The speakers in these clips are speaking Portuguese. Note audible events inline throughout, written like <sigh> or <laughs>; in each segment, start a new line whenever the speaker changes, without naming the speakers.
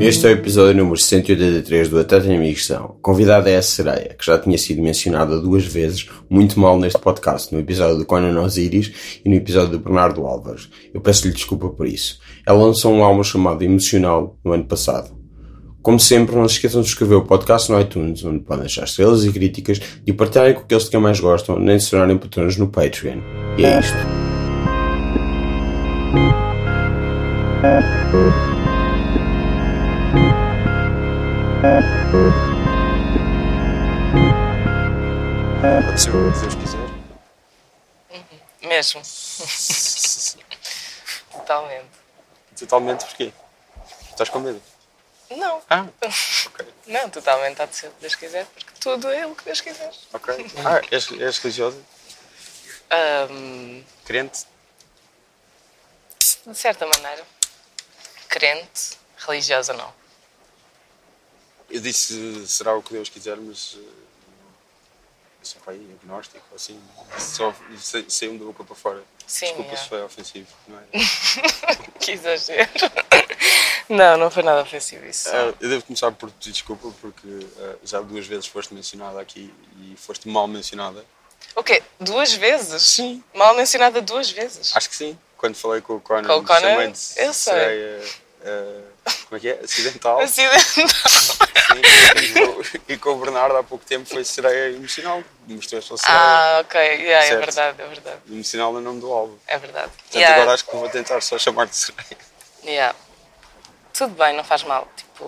Este é o episódio número 183 do Até Tenho Amigos São. Convidada é a Sereia, que já tinha sido mencionada duas vezes, muito mal neste podcast, no episódio do Conan Osiris e no episódio do Bernardo Álvares. Eu peço-lhe desculpa por isso. Ela lançou um álbum chamado Emocional no ano passado. Como sempre, não se esqueçam de escrever o podcast no iTunes, onde podem deixar estrelas e críticas, e partilharem com aqueles que mais gostam, nem de se tornarem patronos no Patreon. E é isto.
Aconteceu o que Deus quiser.
Mesmo, totalmente.
Totalmente porquê? Estás com medo?
Não,
Ah, ok.
não, totalmente há de ser o que Deus quiser, porque tudo é o que Deus quiser.
ok. <laughs> Ah, és, és religiosa?
Ahm,
Crente?
de certa maneira, crente, religiosa não.
Eu disse eh, será o que Deus quiser, mas eh, eu sou pai agnóstico, assim. Só sa- saiu-me da boca para fora.
Sim,
Desculpa
é.
se foi ofensivo, não é?
Que exagero. <laughs> Não, não foi nada ofensivo isso.
Ah, eu devo começar por te pedir desculpa, porque ah, já duas vezes foste mencionada aqui e foste mal mencionada.
O quê? Duas vezes?
Sim.
Mal mencionada duas vezes?
Acho que sim. Quando falei com o Conan,
Com o Conan,
chamei-te
eu sei.
sereia, ah, como é que é?
<laughs>
Acidental.
Acidental.
Sim, <laughs> e com o Bernardo há pouco tempo foi sereia emocional. Mostrou a sua sereia
Ah, ok, yeah, é
Certo.
verdade, é verdade.
emocional no nome do álbum.
É verdade.
Portanto, agora acho que vou tentar só chamar-te sereia.
Yeah. Tudo bem, não faz mal. Tipo,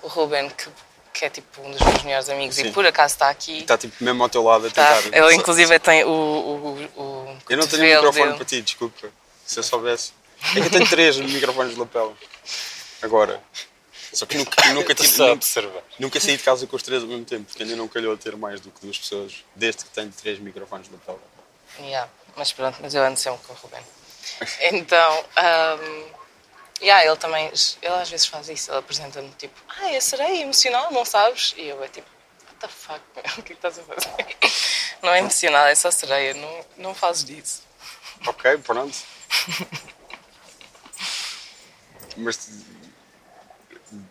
o Ruben, que, que é tipo um dos meus melhores amigos
Sim.
e por acaso está aqui.
Está tipo mesmo ao teu lado a
tá-
tentar.
ele
Só-
inclusive tem o, o, o
Eu não tenho um
cotovelo
microfone
dele.
para ti, desculpa. Se eu soubesse. É que eu tenho três microfones de lapela. Agora. Só que
<laughs>
nunca, nunca tive.
Só
Nunca,
observar.
nunca saí de casa com os três ao mesmo tempo, porque ainda não calhou a ter mais do que duas pessoas, desde que tenho três microfones de lapela.
Yeah, Mas pronto, mas eu ando sempre com o Ruben. <laughs> Então, ahm, yeah, ele também, ele às vezes faz isso, ele apresenta-me tipo, ah, eu serei emocional, não sabes? E eu é tipo, what the fuck, <laughs> meu? o que é que estás a fazer? <laughs> Não é emocional, é só sereia, não, não fazes disso. <laughs>
Ok, pronto. Mas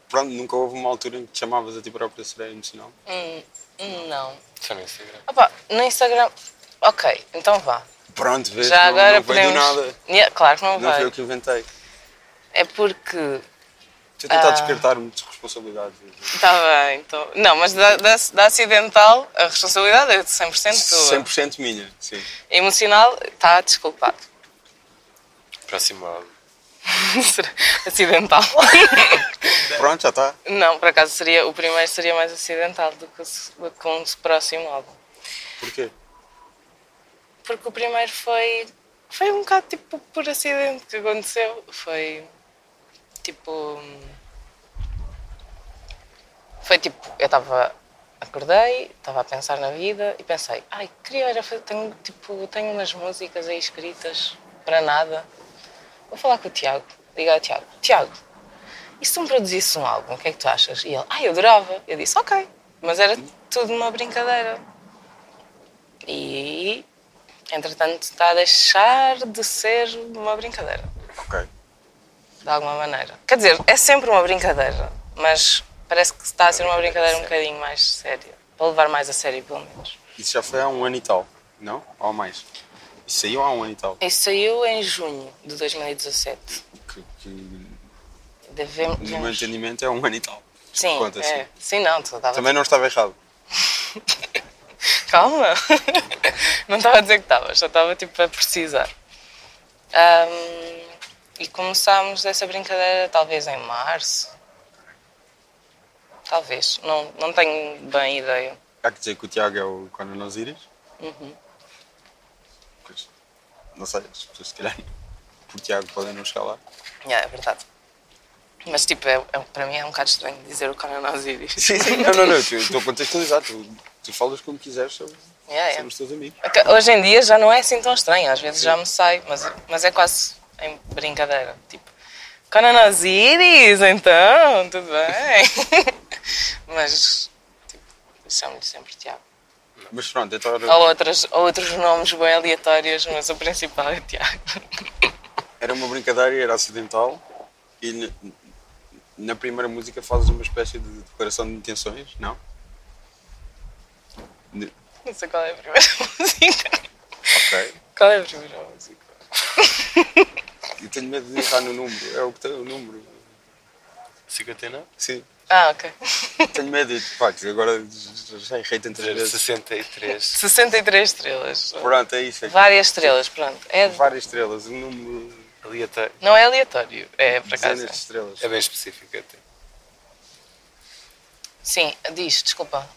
pronto, nunca houve uma altura em que te chamavas a ti própria sereia emocional.
Não.
Só no Instagram.
Opa, no Instagram. Ok, então vá.
Pronto, vês,
Já
não,
agora
não veio do
podemos.
nada.
Yeah, claro que não,
Não
vai.
foi o que inventei.
É porque.
Estou a tentar
Ah.
despertar-me de responsabilidade.
Está bem, então. Não, mas da, da, da acidental, a responsabilidade é de 100% tua.
100% minha, sim.
Emocional, está desculpado. <laughs>
Próximo álbum.
acidental. <laughs>
Pronto, já está.
não, por acaso seria, o primeiro seria mais acidental do que, o se- do que um próximo álbum.
Porquê?
Porque o primeiro foi. Foi um bocado tipo por acidente que aconteceu. Foi. Tipo. hum, Foi tipo. Eu estava. Acordei, estava a pensar na vida e pensei: ai, queria era fazer. Tenho, tipo, tenho umas músicas aí escritas para nada. Vou falar com o Tiago. Ligar ao Tiago: Tiago, e se tu me produzisse um álbum, o que é que tu achas? E ele: ai, eu adorava. Eu disse: ok. Mas era tudo uma brincadeira. E entretanto está a deixar de ser uma brincadeira,
Ok.
de alguma maneira. Quer dizer, é sempre uma brincadeira, mas parece que está a ser uma brincadeira um bocadinho mais séria. Para levar mais a sério, pelo menos.
Isso já foi há um ano e tal, não? Ou mais? Isso saiu há um ano e tal.
Isso saiu em junho de 2017.
Que, que, no
Devemos.
meu entendimento é um ano e tal.
Sim,
Conta,
é.
sim.
sim, não, tu dava-
Também não estava errado.
Calma! <laughs> Não estava a dizer que estava, só estava tipo a precisar. Ahm, e começámos essa brincadeira talvez em março. Talvez, não, não tenho bem ideia.
Há que dizer que o Tiago é o Conan Osiris. Pois, não sei, as pessoas se calhar por Tiago podem não chegar lá.
Yeah, é verdade. Mas tipo, é, é- para mim é um bocado estranho dizer o Conan Osiris.
Sim,
<laughs>
sim. Não, não, não, tu- estou a contextualizar, tu, tu falas como quiseres sobre,
Yeah, yeah.
sobre os teus amigos.
Ok, Hoje em dia já não é assim tão estranho, às vezes já me sai, mas, mas é quase em brincadeira. Tipo, Conan Osiris, então, tudo bem. <laughs> mas, tipo, chamo-lhe sempre Tiago.
Mas pronto, então
Ou
era,
outros, ou outros nomes bem aleatórios, mas o principal é Tiago. <laughs>
era uma brincadeira, era acidental e n- n- na primeira música fazes uma espécie de declaração de intenções, não? Ne-
Não sei qual é a primeira <laughs> música.
Ok.
Qual é a primeira música?
Eu tenho medo de errar no número. É o que tem o número.
Cinquentena?
Sim.
Ah, ok. <laughs>
Tenho medo de. Pá, que agora já errei tantas vezes.
63.
63 estrelas.
Pronto, é isso. É
Várias estrelas, pronto. É,
várias estrelas. Um número.
Ali até
não é aleatório, é por acaso.
Dezenas de estrelas.
é bem específico até.
Sim, diz, desculpa.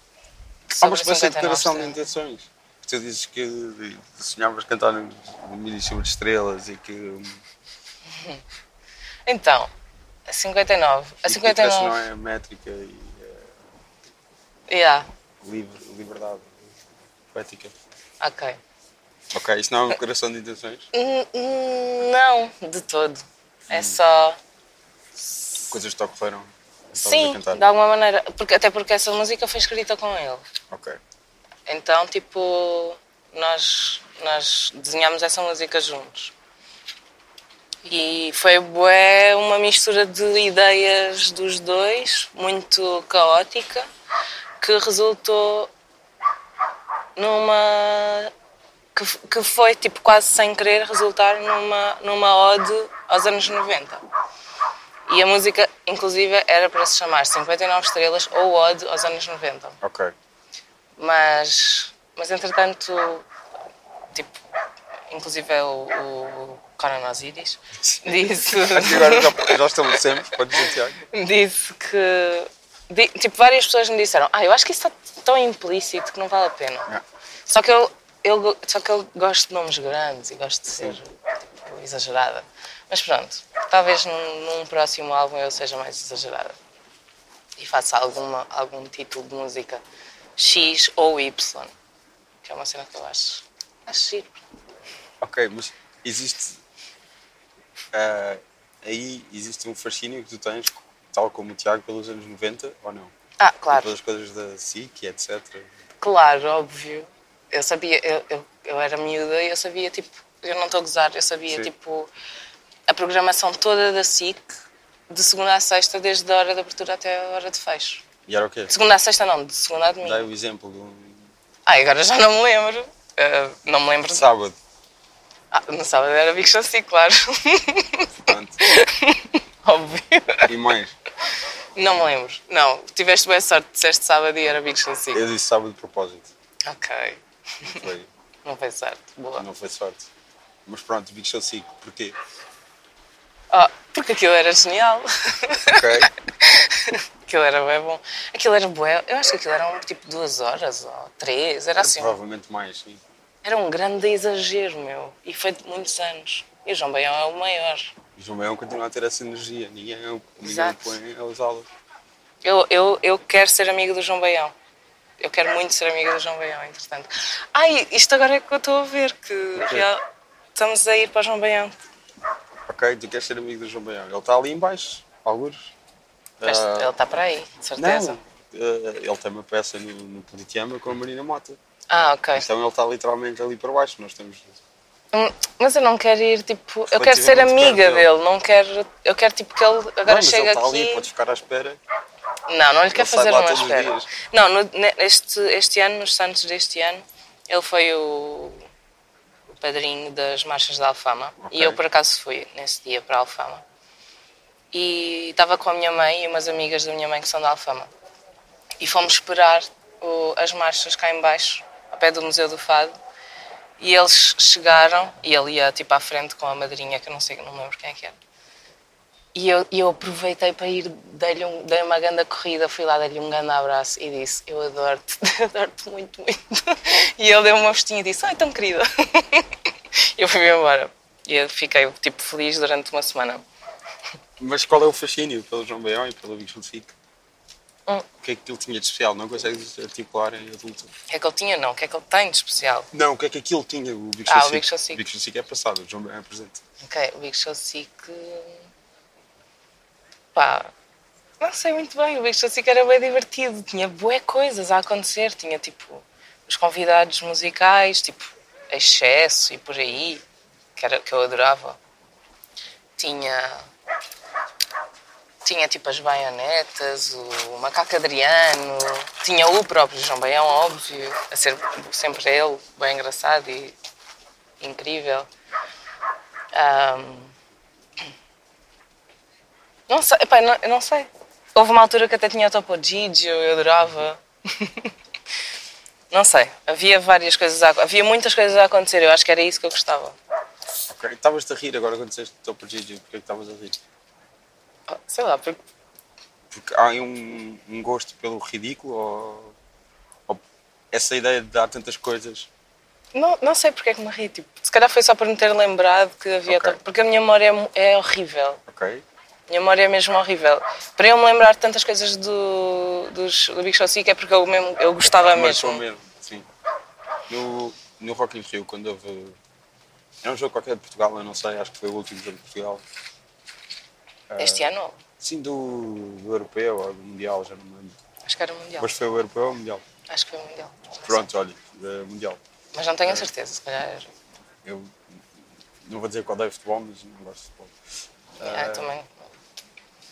Há
Sobre
uma espécie
59
de declaração de
estrelas.
intenções. Que tu dizes que sonhavas cantar um, no no milho sobre estrelas e que. hum,
Então, a 59. A
e que interesse
59.
não é métrica e é
Yeah,
livre, liberdade poética.
ok.
Ok, isto não é uma declaração de intenções?
N- n- hum, não, de todo.
Hum.
É só.
Coisas que te ocorreram? quando estavas
Sim,
a cantar?
de alguma maneira. Porque, até porque essa música foi escrita com ele.
Ok.
Então, tipo, nós, nós desenhámos essa música juntos. E foi bué uma mistura de ideias dos dois, muito caótica, que resultou numa. que, f- que foi, tipo, quase sem querer, resultar numa, numa ode aos anos 90. E a música, inclusive, era para se chamar 59 Estrelas ou Ode aos anos 90
Ok.
mas, mas entretanto, tipo, inclusive é o, o Conan Osiris disse,
Acho que agora já, já estabelecemos, pode dizer, Tiago.
disse que. di- tipo, várias pessoas me disseram: Ah, eu acho que isso está tão implícito que não vale a pena.
Yeah.
Só, que eu, eu, go- só que eu gosto de nomes grandes e gosto de ser tipo, exagerada. Mas pronto, talvez num, num próximo álbum eu seja mais exagerada e faça alguma, algum título de música X ou Y, que é uma cena que eu acho. Acho giro.
Ok, mas existe. ah, aí existe um fascínio que tu tens, tal como o Tiago, pelos anos 90 ou não?
Ah,
E
claro.
pelas coisas da SIC, etc.
Claro, óbvio. Eu sabia, eu, eu, eu era miúda e eu sabia, tipo, eu não estou a gozar, eu sabia,
Sim.
tipo, a programação toda da SIC, de segunda a sexta, desde a hora de abertura até a hora de fecho.
E era o quê?
De segunda a sexta não, de segunda a
Dá
domingo.
o exemplo de um
Ah, agora já não me lembro. Ah, não me lembro.
sábado.
Ah, no sábado era Big Show, sim, claro. <laughs>
Pronto.
óbvio.
E mais,
Não me lembro. Não, tiveste boa sorte, disseste sábado e era Big Show, sim.
eu disse sábado de propósito.
Ok,
Não foi,
não foi certo. Boa.
não foi sorte. Mas pronto, Big Show Sick, porquê?
Oh, porque aquilo era genial.
Ok?
<laughs> Aquilo era bué bom. Aquilo era bué, eu acho que aquilo eram tipo duas horas ou três, era assim.
Provavelmente mais, sim.
Era um grande exagero, meu. E foi de muitos anos. E o João Baião é o maior.
E João Baião continua a ter essa energia, ninguém, é o- ninguém o
Exato.
põe a usá-la.
Eu, eu, eu quero ser amigo do João Baião. Eu quero muito ser amiga do João Baião, entretanto. Ai, isto agora é que eu estou a ver, que real- estamos a ir para o João Baião.
Ok? Tu queres ser amigo do João Baião? Ele está ali em baixo, algures.
Mas
Ah,
Ele está para aí, de certeza.
não, Ah, ele tem uma peça no, no Politeama com a Marina Mota.
Ah, ok.
Então ele está literalmente ali para baixo. Nós estamos.
Hum, Mas eu não quero ir, tipo... Eu quero ser
Relativamente
amiga
perto
dele,
dele.
não quero... Eu quero, tipo, que ele agora
não, mas
chegue
ele está
aqui...
ali, podes ficar à espera.
Não, não lhe quero
sai
fazer
lá
uma
todos os
espera.
dias.
Não, no, ne- este, este ano, nos Santos deste ano, ele foi o, o padrinho das marchas da Alfama.
Ok.
E eu, por acaso, fui nesse dia para a Alfama. E estava com a minha mãe e umas amigas da minha mãe que são da Alfama. E fomos esperar o- as marchas cá em baixo, ao pé do Museu do Fado. E eles chegaram, e ele ia tipo à frente com a madrinha, que eu não sei, não me lembro quem é que era. E eu, e eu aproveitei para ir, dei-lhe um, dei uma grande corrida, fui lá, dei-lhe um grande abraço e disse: Eu adoro-te, <laughs> adoro-te muito, muito. E ele deu-me uma festinha e disse: Ai, tão querida. <laughs> Eu fui embora. E eu fiquei tipo feliz durante uma semana.
Mas qual é o fascínio pelo João Baião e pelo Big Show Sick?
Hum.
O que é que ele tinha de especial? Não consegues articular em adulto?
O que é que ele tinha? Não, o que é que ele tem de especial?
Não, o que é que aquilo tinha? O Big
Ah,
Show
o Big Show Sick.
O Big Show Sick é passado, o João Baião é presente.
Ok, o Big Show Sick. Pá, não sei muito bem. O Big Show Sick era bem divertido. Tinha bué coisas a acontecer. Tinha tipo os convidados musicais, tipo Excesso e por aí, que, era, que eu adorava. Tinha. Tinha tipo as baionetas, o macaco Adriano, tinha o próprio João Baião, óbvio, a ser sempre ele, bem engraçado e incrível. Ahm, não sei, epá, não, eu não sei. Houve uma altura que até tinha o Topo Gigio, eu adorava. não sei, havia várias coisas a, havia muitas coisas a acontecer, eu acho que era isso que eu gostava.
Ok, Estavas-te a rir agora quando disseste Topo Gigi, porque é que estavas a rir?
Ah, Sei lá, porque
Porque há aí um, um gosto pelo ridículo ou, ou essa ideia de dar tantas coisas.
Não, não sei porque é que me ri. Tipo, se calhar foi só por me ter lembrado que havia.
Ok.
tal- Porque a minha memória é mu- é horrível.
Ok?
A minha memória é mesmo horrível. Para eu me lembrar de tantas coisas do, dos, do Big Show Sick é porque eu, mesmo, eu gostava
Mas
Tá mesmo.
sou mesmo, sim. No, no Rock in Rio, quando houve. Era um jogo qualquer de Portugal, eu não sei, acho que foi o último jogo de Portugal.
Este ano,
Sim, do, do Europeu ou do Mundial, já não me lembro.
acho que era o Mundial.
Mas foi o Europeu ou o Mundial?
Acho que foi o Mundial.
Pronto, olha, eh, Mundial.
Mas não tenho
É.
a certeza, se calhar. era.
Eu não vou dizer qual é o futebol, mas não gosto de futebol. é.
Ah, também.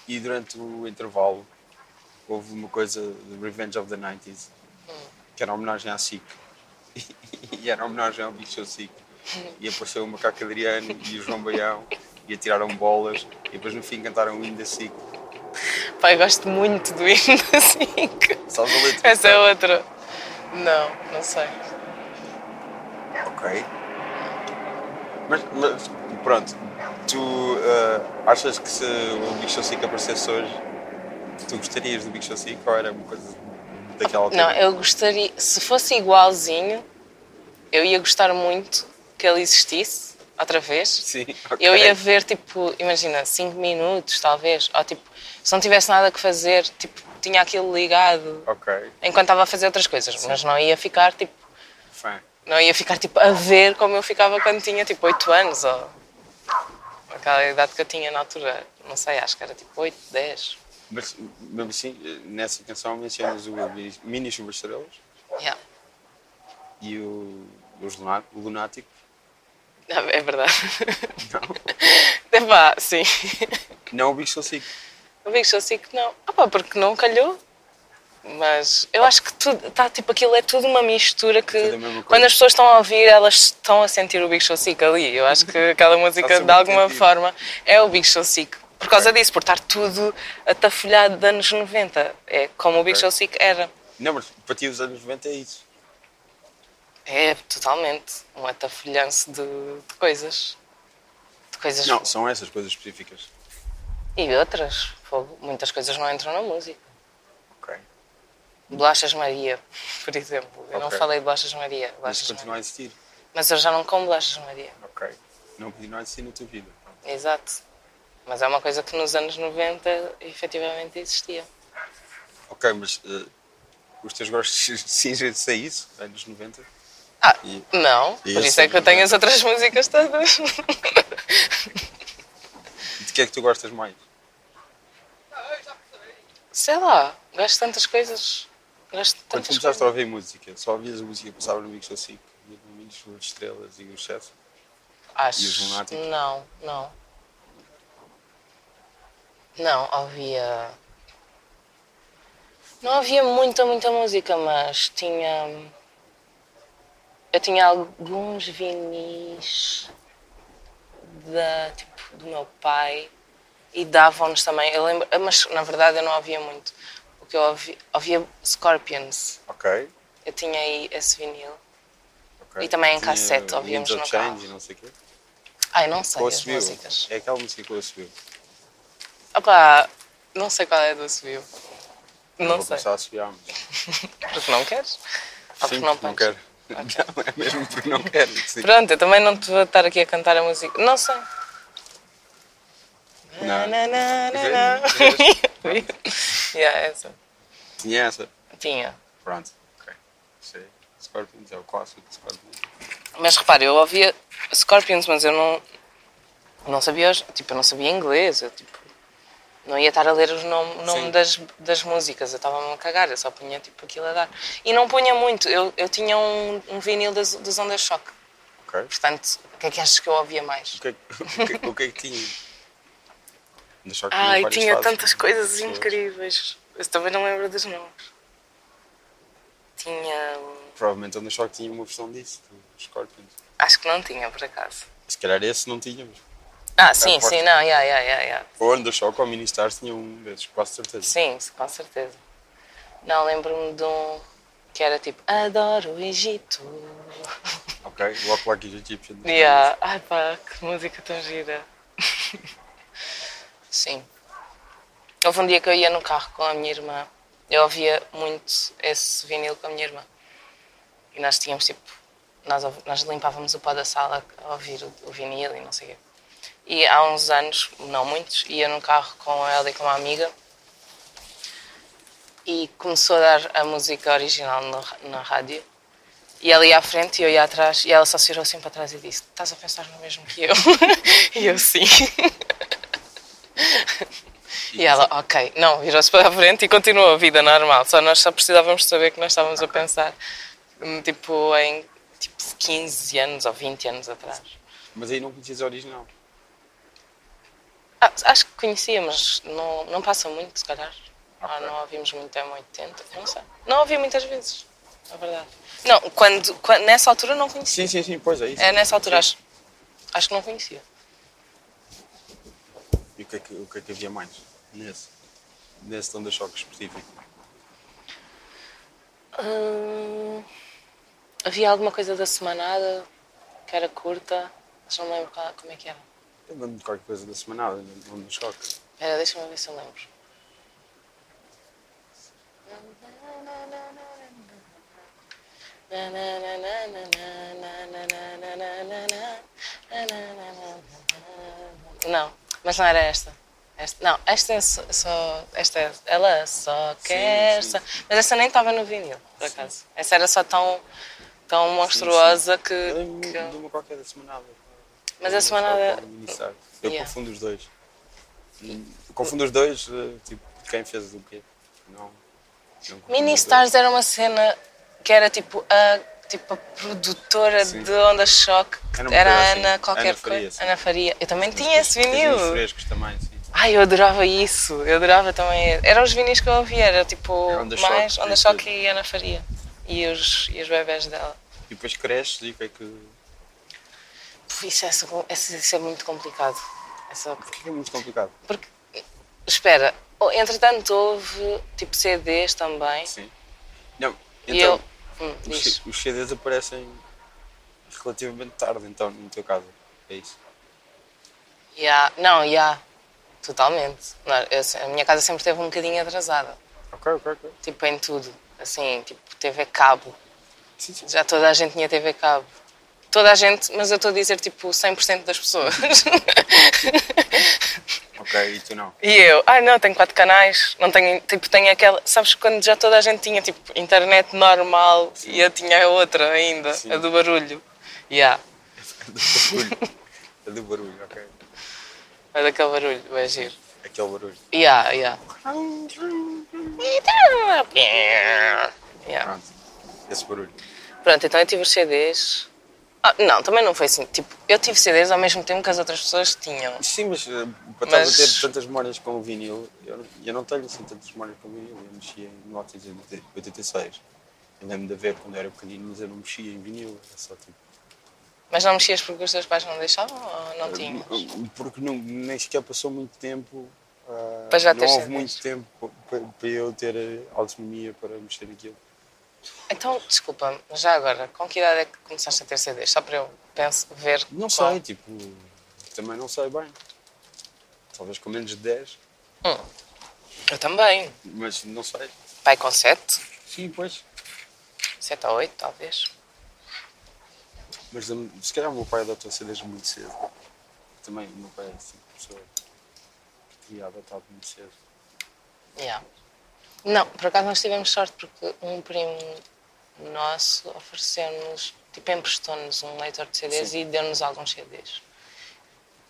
E durante o intervalo houve uma coisa de Revenge of the 90s, que era uma homenagem à SIC. <laughs> E era uma homenagem ao Big Show SIC. E apareceu o Macaco Adriano e o João Baião e atiraram bolas e depois no fim cantaram o hino da SIC.
Pai, gosto muito do hino <laughs> da Cinco.
Sabes a letra?
Essa é outra. Não, não sei.
Ok. Mas, mas, pronto, tu ah, achas que se o Big Show SIC aparecesse hoje, tu gostarias do Big Show SIC ou era uma coisa daquela altura?
Não, eu gostaria. Se fosse igualzinho, eu ia gostar muito que ele existisse outra vez.
Sim, ok.
Eu ia ver, tipo, imagina, 5 minutos talvez, ou tipo, se não tivesse nada que fazer, tipo, tinha aquilo ligado
Ok,
enquanto estava a fazer outras coisas, mas não ia ficar, tipo,
fã.
não ia ficar, tipo, a ver como eu ficava quando tinha, tipo, 8 anos ou aquela idade que eu tinha na altura, não sei, acho que era tipo 8, 10.
Mas, mesmo assim, nessa canção mencionas o mini- Mini Chuva Estrelas
Yeah.
e o, os luna- o Lunático.
Não, É verdade.
Não,
<laughs> Epá, sim.
não é o Big Soul Sick.
O Big Show Sick não. Ah pá, porque não calhou. Mas eu acho que tudo, tá, tipo, aquilo é tudo uma mistura que
Tudo a mesma coisa.
quando as pessoas estão a ouvir, elas estão a sentir o Big Show Sick ali. Eu acho que aquela música
Está-se
de alguma
muito
forma é o Big Show Sick. Por causa disso, por estar tudo atafolhado de anos 90. É como o Big
Ok.
Show Sick era.
Não, mas para ti os anos 90 é isso.
É totalmente um atafolhanço de, de coisas. De coisas.
Não, são essas coisas específicas.
E outras. Fogo. Muitas coisas não entram na música.
Ok.
Bolachas Maria, por exemplo. Eu não
Ok.
falei de Bolachas Maria.
Mas
Bolachas
continua a existir.
Maria. Mas eu já não como Bolachas Maria.
Ok. Não continua a existir na tua vida.
Exato. Mas é uma coisa que nos anos 90 efetivamente existia.
Ok, mas eh, os teus gostos <laughs> cingem-se a é isso, anos 90?
Ah,
E-
não.
e
por
esse
isso é que eu tenho as outras músicas todas. <laughs>
E de que é que tu gostas mais?
Sei lá, gosto de tantas coisas. Gosto de
Quando
tantas coisas.
começaste a ouvir música, só ouvias a música que passava no Big Show 5, no Mini Chuva de Estrelas e o Chefe?
Acho.
E os lunáticos?
Não, não. Não, havia. Não havia muita, muita música, mas tinha. Eu tinha alguns vinis da, tipo, do meu pai e davam-nos também. Eu lembro, mas na verdade eu não havia muito. O que eu ouvi, havia Scorpions.
Ok.
Eu tinha aí esse vinil.
ok.
E também em
Tinha
cassete, ouvíamos
Winds of
no carro.
Change e não sei o quê.
Ai, não sei
Com a
as
Subiu.
músicas.
É aquela música com a Subiu.
Opa, não sei qual é do Subiu. Não
Vou
sei.
começar a subiar, mas...
Porque não queres? Ou porque
Sim,
não
porque não
podes?
quero. <laughs> Não, é mesmo porque não quero. Sim.
Pronto, eu também não te vou estar aqui a cantar a música. Não sei.
Não.
Na, na, na, na, na. <laughs> yeah, essa.
Tinha essa.
Tinha.
Pronto. Ok. Sei. Scorpions é o clássico de Scorpions.
Mas repare, eu ouvia Scorpions, mas eu não. Não sabia. os- Tipo, eu não sabia inglês. Eu, tipo. Não ia estar a ler os nome, o nome
Sim.
das, das músicas, eu estava-me a cagar, eu só punha tipo aquilo a dar. E não punha muito, eu, eu tinha um, um vinil das, dos Ondas Choque,
Ok. <laughs>
portanto, o que é que achas que eu ouvia mais?
O que, é que- o que, o que é que tinha? Ainda só que tinha
Ai,
várias
tinha
fases.
tantas coisas incríveis. Eu também não lembro dos nomes. Tinha. hum,
Provavelmente onde só que tinha uma versão disso, do Scorpions.
Acho que não tinha, por acaso.
Se calhar esse não tínhamos.
Ah, sim,
posso-
sim, não, yeah, yeah, yeah, yeah.
Ou onde só com a Ministars tinha um desses, quase certeza.
Sim, isso, com certeza. Não, lembro-me de um que era tipo Adoro o Egito.
Ok, Walk Like an Egyptian.
Yeah. Ai pá, que música tão gira. <laughs> Sim. Houve um dia que eu ia no carro com a minha irmã. Eu ouvia muito esse vinil com a minha irmã. E nós tínhamos tipo. Nós, ouv- nós limpávamos o pó da sala a ouvir o, o vinil e não sei o quê. E há uns anos, não muitos, ia num carro com ela e com uma amiga e começou a dar a música original no ra- na rádio. E ela ia à frente e eu ia atrás, e ela só se virou assim para trás e disse: Estás a pensar no mesmo que eu? <laughs> e eu sim. E ela, ok, não, virou-se para a frente e continuou a vida normal. Só nós só precisávamos saber que nós estávamos a pensar, hum, tipo, em tipo, 15 anos ou 20 anos atrás.
Mas aí não conhecias a original.
Ah, acho que conhecia, mas não, não passa muito, se calhar. Ah, não ouvimos muito há muito tempo, não sei. Não ouvi muitas vezes, na verdade. Não, quando, quando- nessa altura não conhecia.
Sim, sim, sim, pois é isso.
É, nessa altura acho, acho que não conhecia.
E o que é que, o que, é que havia mais nesse? Nesse Thundershock específico.
Hum, havia alguma coisa da semanada que era curta, mas não me lembro qual- como é que era.
Eu lembro de qualquer coisa da um semana, do Thundershock.
Espera, deixa-me ver se eu lembro. Não, mas não era esta. Esta- não, esta é só. só- esta é, ela só quer.
sim.
só- mas essa nem estava no vinil, por acaso. Essa era só tão, tão monstruosa
Eu
que.
lembro
que-
de uma qualquer da um semana.
Mas é a semanada-
Eu
Yeah.
confundo os dois. Hum, Confundo os dois, eh, tipo, quem fez o quê? Não. não confundo
Mini
os dois.
Stars era uma cena que era tipo a, tipo, a produtora
Sim.
de Onda Choque.
Era
Era, a
uma coisa assim,
Ana qualquer
Ana Faria,
coisa.
sim.
Ana Faria. Eu também tinha
Mas
esse
depois
vinil.
Os frescos também, sim.
Ai, eu adorava isso. Eu adorava também. Eram os vinis que eu ouvia. Era tipo
Era Onda
mais
Choque,
Onda
sim,
Choque e Ana Faria. E os, e os bebés dela.
E depois cresces e o que é que.
Puf, Isso é, seg- isso isso é muito complicado. É só-
Porque é muito complicado.
Porque, espera, oh, entretanto houve tipo CDs também.
Sim. Não,
É. e eu.
então,
Hum,
os,
diz.
C- os CDs aparecem relativamente tarde, então, no teu caso. É isso.
Ya, Não, já. Totalmente. Não, eu- a minha casa sempre esteve um bocadinho atrasada.
Ok, ok, ok.
Tipo, em tudo. Assim, tipo, TV cabo.
Sim, sim.
Já toda a gente tinha TV cabo. Toda a gente, mas eu estou a dizer, tipo, 100% das pessoas. <laughs>
Ok, e tu não?
e eu, ai não, tenho quatro canais. Não tenho, tipo, tenho aquela... Sabes, quando já toda a gente tinha, tipo, internet normal e eu tinha a outra ainda,
Sim.
a do barulho. Ya,
É do barulho. É do barulho, ok.
a daquele barulho, vai giro.
Aquele barulho.
Ya, ya. Ya.
Pronto. Esse barulho.
Pronto, então eu tive os CDs. Ah, não, também não foi assim. Tipo, eu tive CDs ao mesmo tempo que as outras pessoas tinham.
Sim, mas eh, para
Mas-
estar a ter tantas memórias com o vinil, eu, não- eu não tenho assim tantas memórias com o vinil. Eu mexia em 1986. Eu lembro de ver quando eu era pequenino, mas eu não mexia em vinil. Era só tipo.
Mas não mexias porque os teus pais não deixavam ou não tinhas?
um, Porque não, nem sequer passou muito tempo. ah,
Para já
não
ter
houve
CDs.
muito tempo pa- pa- para, eu ter eh, autonomia para mexer naquilo.
Então, desculpa, mas já agora, com que idade é que começaste a ter CDs? Só para eu penso, ver.
Não
qual.
sei, tipo, também não sei bem. Talvez com menos de 10,
Eu também.
mas não sei.
Pai com 7,
Sim, pois.
7 ou 8, talvez.
Mas hum, se calhar o meu pai adotou CDs muito cedo. Também o meu pai é assim, uma pessoa que teria adotado muito cedo.
Yeah. Não, por acaso nós tivemos sorte porque um primo nosso ofereceu-nos, tipo, emprestou-nos um leitor de CDs
Sim.
e deu-nos alguns CDs.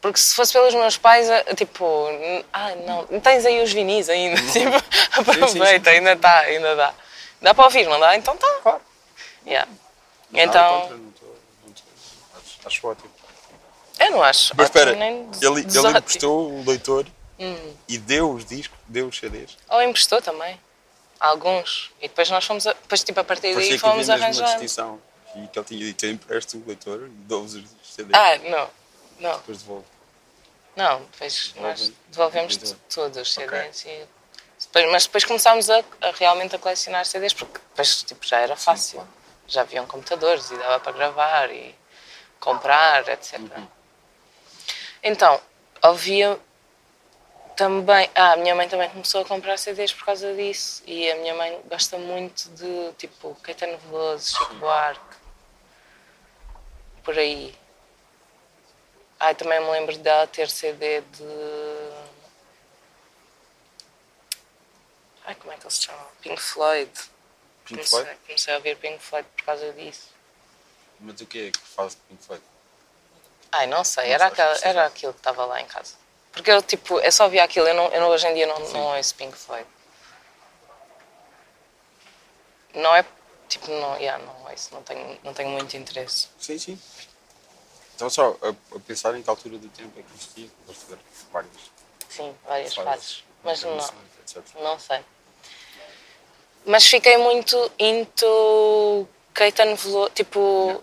Porque se fosse pelos meus pais, eh, tipo, n- ah, não, tens aí os vinis ainda, <laughs>
Uhum.
tipo, aproveita, ainda está, ainda dá. Dá para ouvir, não dá? Então tá.
Claro.
Yeah.
Nada
Então,
contra, não estou- não estou- acho, acho ótimo.
eu não acho.
Mas
ótimo,
espera,
nem des-
ele, ele
desótimo.
emprestou o leitor E deu os discos, deu os CDs.
Ou emprestou também. Alguns. E depois nós fomos. A... Depois, tipo, a partir
Parecia
daí
que havia
fomos
mesmo uma
arranjar.
distinção. E que ele tinha dito: eu empresto o leitor e dou-vos os CDs.
Ah, não. Não,
Depois devolvo.
não. Depois nós
Devolvem.
devolvemos
Devolvem.
tu- todos os CDs. E... Depois, mas depois começámos a, a realmente a colecionar CDs porque depois tipo, já era fácil. Já haviam computadores e dava para gravar e comprar, etc. Então, havia também. Ah, a minha mãe também começou a comprar CDs por causa disso. E a minha mãe gosta muito de tipo Caetano Veloso, Chico Buarque, por aí. Ah, também me lembro dela ter CD de. Ai, como é que eles se chamam? Pink Floyd.
Pink
comecei,
Floyd?
comecei a ouvir Pink Floyd por causa disso.
Mas o que é que faz de Pink Floyd?
Ai, não sei,
Não
era,
sabes
aquela,
precisar.
era aquilo que estava lá em casa. Porque eu, tipo, eu só via aquilo, eu, não, eu não- hoje em dia não, não ouço Pink Floyd. Não é, tipo, não, yeah, não ouço, não tenho, não tenho muito interesse.
Sim, sim. Então só a, a pensar em que altura do tempo é que existia, vou fazer várias
Sim, várias fases. Mas não,
internacionais, etc.
não sei. Mas fiquei muito into Caetano Veloso, tipo,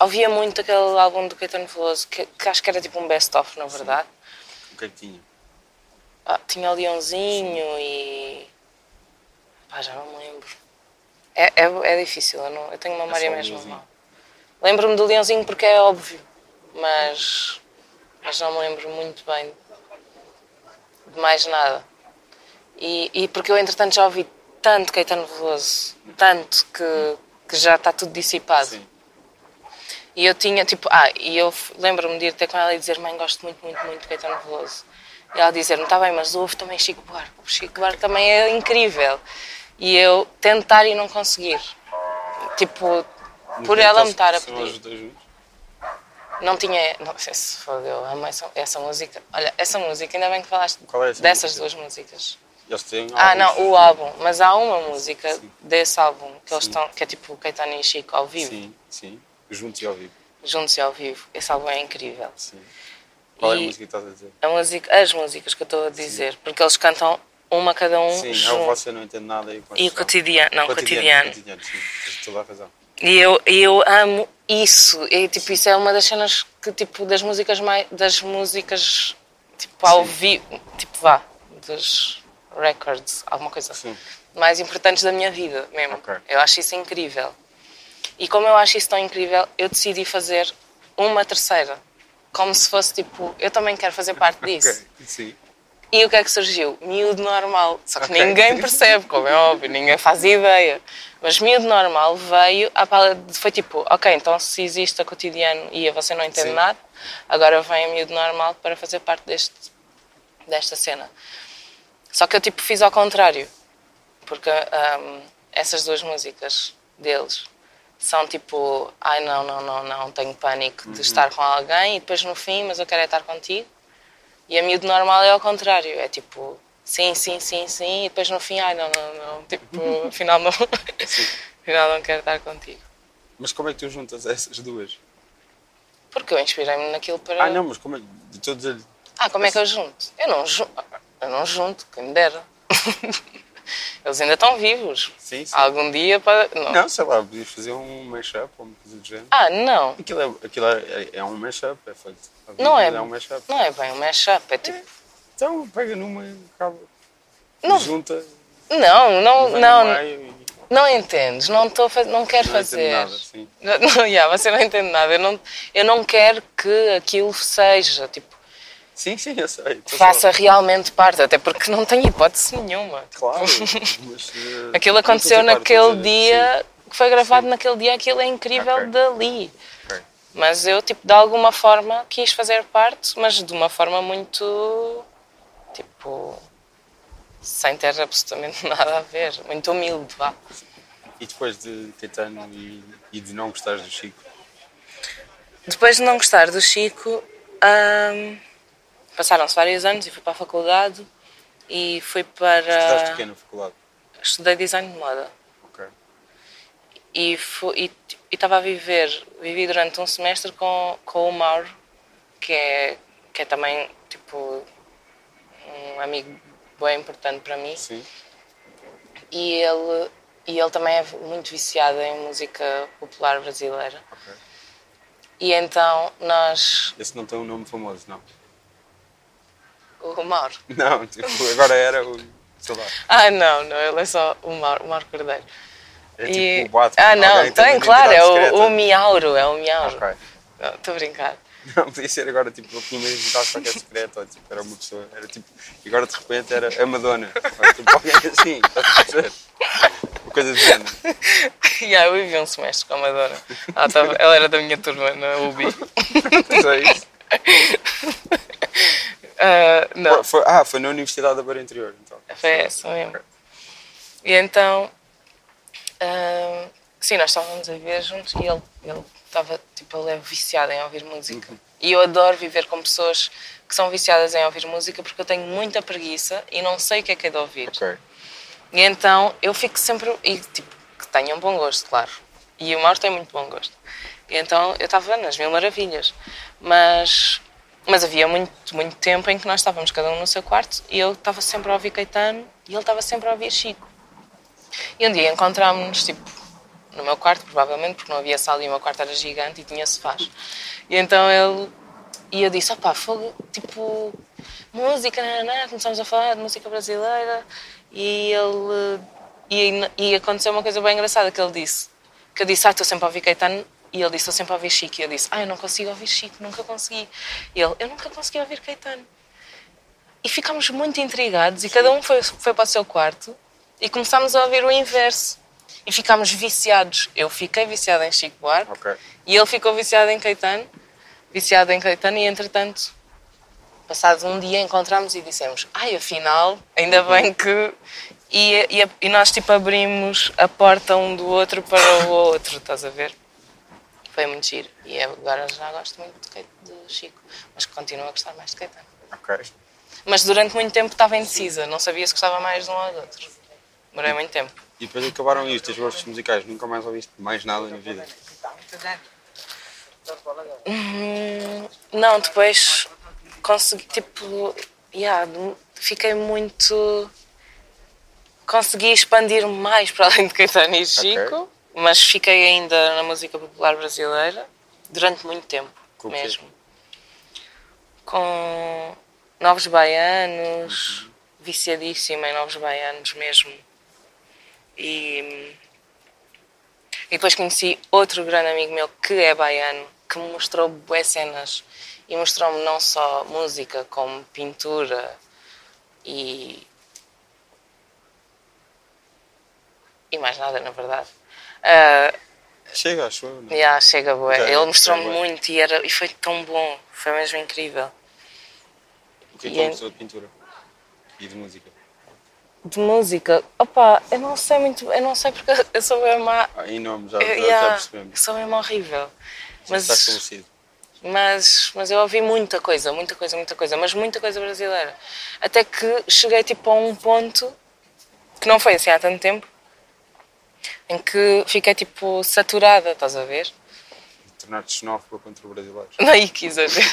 ouvia muito aquele álbum do Caetano Veloso, que, que acho que era tipo um best-of, na verdade.
O que é que tinha?
Ah, tinha o Leãozinho e. Pá, já não me lembro. É, é, é difícil, eu, não, eu tenho uma memória
só o
mesmo
Leãozinho.
mal. Lembro-me do Leãozinho porque é óbvio, mas. Mas não me lembro muito bem de mais nada. E, e porque eu, entretanto, já ouvi tanto Caetano Veloso, tanto que, que já está tudo dissipado.
Sim.
E eu tinha, tipo, ah, e eu f- lembro-me de ir ter com ela e dizer, mãe, gosto muito, muito, muito de Caetano Veloso. E ela dizer-me, está bem, mas ouve também é Chico Buarque, o Chico Buarque também é incrível. E eu tentar e não conseguir. Tipo, por
Nunca
ela me
então
estar
se-
a
se
pedir.
não os dois juntos?
Não tinha, não sei se foi eu, amo essa, essa música. Olha, essa música, ainda bem que falaste
Qual é essa
dessas
música?
duas músicas.
Eles têm
Ah,
alguns-
não, o álbum, mas há uma música
Sim.
desse álbum que eles
Sim.
estão, que é tipo Caetano e Chico ao vivo,
Sim, sim. Juntos e ao vivo.
juntos e ao vivo. Esse álbum é incrível.
Sim. Qual é
E-
a música que estás a dizer?
A música- as músicas que eu estou a dizer, porque eles cantam uma cada um
Sim, é o
junto.
Você Não Entende Nada e o
E o cotidiano, não, cotidiano.
Cotidiano, cotidiano, sim. Tens toda a razão.
E eu, e eu amo isso. E, tipo, isso é uma das cenas que, tipo, das músicas mais. das músicas, tipo, ao vivo. tipo, vá. dos records, alguma coisa
Sim.
mais importantes da minha vida mesmo.
Ok.
Eu acho isso incrível. E como eu acho isso tão incrível, eu decidi fazer uma terceira. Como se fosse tipo, eu também quero fazer parte disso.
<laughs> Ok, Sim.
E o que é que surgiu? Miúdo normal. Só que
Ok.
ninguém percebe, como é óbvio, ninguém faz ideia. Mas miúdo normal veio à pala de- Foi tipo, ok, então se existe a cotidiano e a você não entende
Sim.
nada, agora vem a miúdo normal para fazer parte deste, desta cena. Só que eu tipo fiz ao contrário. Porque hum, essas duas músicas deles são tipo, ai não, não, não, não, tenho pânico
Uhum.
de estar com alguém e depois no fim, mas eu quero é estar contigo. E a miúdo normal é ao contrário, é tipo, sim, sim, sim, sim, e depois no fim, ai não, não, não, <laughs> tipo, afinal não, afinal não quero estar contigo.
Mas como é que tu juntas essas duas?
Porque eu inspirei-me naquilo para.
Ah, não, mas como é que... Estou a dizer-lhe...
Ah, como é que eu junto? Eu não junto, eu não junto, quem me dera. <laughs> Eles ainda estão vivos.
Sim, sim.
Algum dia para. Não.
Não, sei lá, podias fazer um mashup ou uma coisa do género.
Ah, não.
Aquilo é, aquilo é, é um mashup, é feito. A vida
Não é,
É um mashup.
não é bem um mashup, é tipo.
Então pega numa e acaba.
Não.
Junta.
Não, não,
É. vai
não,
no
não,
meio e
entendes, não, estou a faz- não quero
não
fazer.
entende nada. Sim.
Não, <laughs> não, yeah, você não entende nada. Eu não, eu não quero que aquilo seja, tipo,
sim, sim, eu sei. tô
faça realmente parte, até porque não tem hipótese nenhuma.
só-
<laughs>
Claro. Mas, eh,
Aquilo
não tô a
aconteceu
dizer, claro, tô a
naquele
dizer,
dia, que foi gravado naquele dia, aquilo é incrível
Ok.
dali.
sim, ok.
Mas eu, tipo, de alguma forma quis fazer parte, mas de uma forma muito. tipo. sem ter absolutamente <laughs> nada a ver. Muito humilde, vá.
E depois de Caetano e, e de não gostares do Chico.
Depois de não gostar do Chico, hum, passaram-se vários anos e fui para a faculdade e fui
Estudaste o
para.
quê na faculdade?
Estudei design de moda
Ok.
e fui- e t- e estava a viver, vivi durante um semestre com, com o Mauro, que é, que é também tipo um amigo bem importante para mim.
Sim.
E ele, e ele também é muito viciado em música popular brasileira.
Ok.
E então nós,
Esse não tem um nome famoso, não. <laughs>
o Mauro.
Não, tipo, agora era o. Sei lá.
Ah, não, não, ele é só o Mauro, o Mauro Cordeiro.
É
E-
tipo o Batman.
Ah, não,
alguém
tem,
uma
claro, é
identidade
o, o
secreta.
Miauro, é o Miauro.
Ok. <laughs>
Não, Estou a brincar.
Não, podia ser agora, tipo, eu tinha uma identidade qualquer secreta, ou tipo, era uma pessoa, era tipo, e agora de repente era a Madonna, ou tipo, alguém assim, estás a perceber? Uma coisa
<laughs>
do género.
yeah, eu vivi um semestre com a Madonna. Ela, tava- ela era da minha turma na UBI.
Só isso.
Ah, não,
Foi- foi- ah, foi na Universidade da Beira Interior, então.
foi essa mesmo. E então, ah, sim, nós estávamos a viver juntos e ele ele estava, tipo, ele é viciado em ouvir música. E eu adoro viver com pessoas que são viciadas em ouvir música porque eu tenho muita preguiça e não sei o que é que é de ouvir.
Ok.
E então eu fico sempre. E tipo, que tenham bom gosto, claro. E o Mauro tem muito bom gosto. E então eu estava nas Mil Maravilhas. Mas. Mas havia muito, muito tempo em que nós estávamos cada um no seu quarto e eu estava sempre a ouvir Caetano e ele estava sempre a ouvir Chico. E um dia encontrámos-nos, tipo, no meu quarto, provavelmente, porque não havia sala e o meu quarto era gigante e tinha sofás. E então ele. E eu disse: opá, fogo, tipo, música, né, nananã, começámos a falar de música brasileira. E ele. E, e aconteceu uma coisa bem engraçada que ele disse: que eu disse, ah, estou sempre a ouvir Caetano. E ele disse: estou sempre a ouvir Chico. E eu disse: ah, eu não consigo ouvir Chico, nunca consegui. E ele: eu nunca consegui ouvir Caetano. E ficámos muito intrigados e cada um foi, foi para o seu quarto e começámos a ouvir o inverso. E ficámos viciados. Eu fiquei viciada em Chico Buarque
Ok.
e ele ficou viciado em Caetano, viciado em Caetano e entretanto, passado um dia encontramos e dissemos, ai afinal, ainda bem que... E, e, e nós tipo abrimos a porta um do outro para o outro, estás a ver? Foi muito giro. E agora já gosto muito de Caet- do Chico, mas continuo a gostar mais de Caetano.
Ok.
Mas durante muito tempo estava indecisa, não sabia se gostava mais de um ou do outro. Demorei muito tempo.
E depois acabaram isto, os teus gostos musicais, nunca mais ouviste mais nada na vida.
Hum, não, depois consegui, tipo, yeah, de- fiquei muito. Consegui expandir mais para além de Caetano e Chico, mas fiquei ainda na música popular brasileira durante muito tempo
Com o quê?
mesmo. Com Novos Baianos,
Uhum.
viciadíssima em Novos Baianos mesmo. E, e depois conheci outro grande amigo meu que é baiano, que me mostrou boas cenas. E mostrou-me não só música, como pintura e. e mais nada, na verdade. Ah,
Chega, acho eu, não? é?
Yeah, chega boa.
Ok,
Ele mostrou-me
chega bué.
muito e, era, e foi tão bom, foi mesmo incrível.
O que é que
E é-
é pessoa de pintura? E de música?
De música, opa, eu não sei muito, eu não sei porque eu sou bem má.
Ah, em nome, já,
Eu,
já, já
yeah,
percebemos.
sou mesmo horrível.
Está
Mas,
estabelecido.
mas, mas eu ouvi muita coisa, muita coisa, muita coisa, mas muita coisa brasileira. Até que cheguei tipo a um ponto, que não foi assim há tanto tempo, em que fiquei tipo saturada, estás a ver?
Tornar-te xenófobo contra o brasileiro.
Ai, que exagero.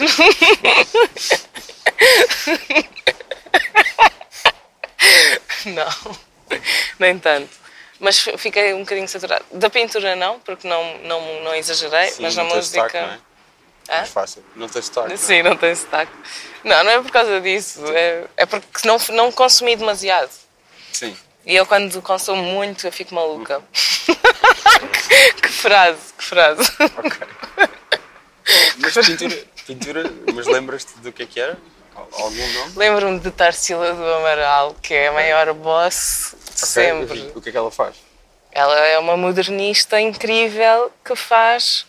não, nem tanto. Mas f- fiquei um bocadinho saturada. Da pintura não, porque não, não, não exagerei,
Sim,
mas na
não tens
música. ah?
sotaque, não é?
Hã?
Não é fácil. Não tens sotaque. não é?
Sim, não tem sotaque. Não, não é por causa disso. É, é porque não, não consumi demasiado.
Sim.
E eu quando consumo muito eu fico
<laughs>
maluca. <laughs> que frase, que frase.
Mas pintura, pintura, mas lembras-te do que é que era? Al- Algum nome?
Lembro-me de Tarsila do Amaral, que é a maior boss de
Ok, eu
sempre.
vi. O que é que ela faz?
Ela é uma modernista incrível que faz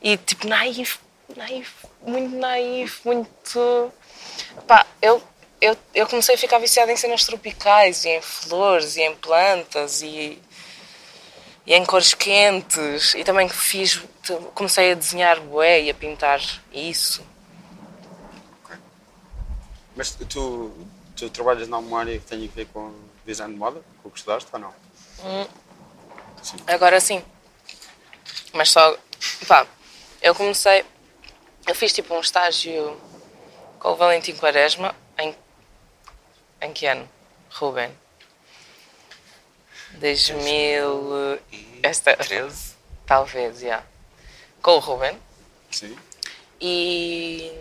e tipo naif, naif, muito naif, muito. Pá, eu, eu, eu comecei a ficar viciada em cenas tropicais e em flores e em plantas e, e em cores quentes e também fiz, comecei a desenhar bué e a pintar isso.
Mas tu, tu trabalhas numa área que tem a ver com design de moda? Com o que estudaste ou não?
Agora sim. Mas só. Pá, eu comecei. Eu fiz tipo um estágio com o Valentim Quaresma, em, Em que ano? Ruben. 2000.
E
Esta,
13?
talvez, já. Com o Ruben.
Sim.
E.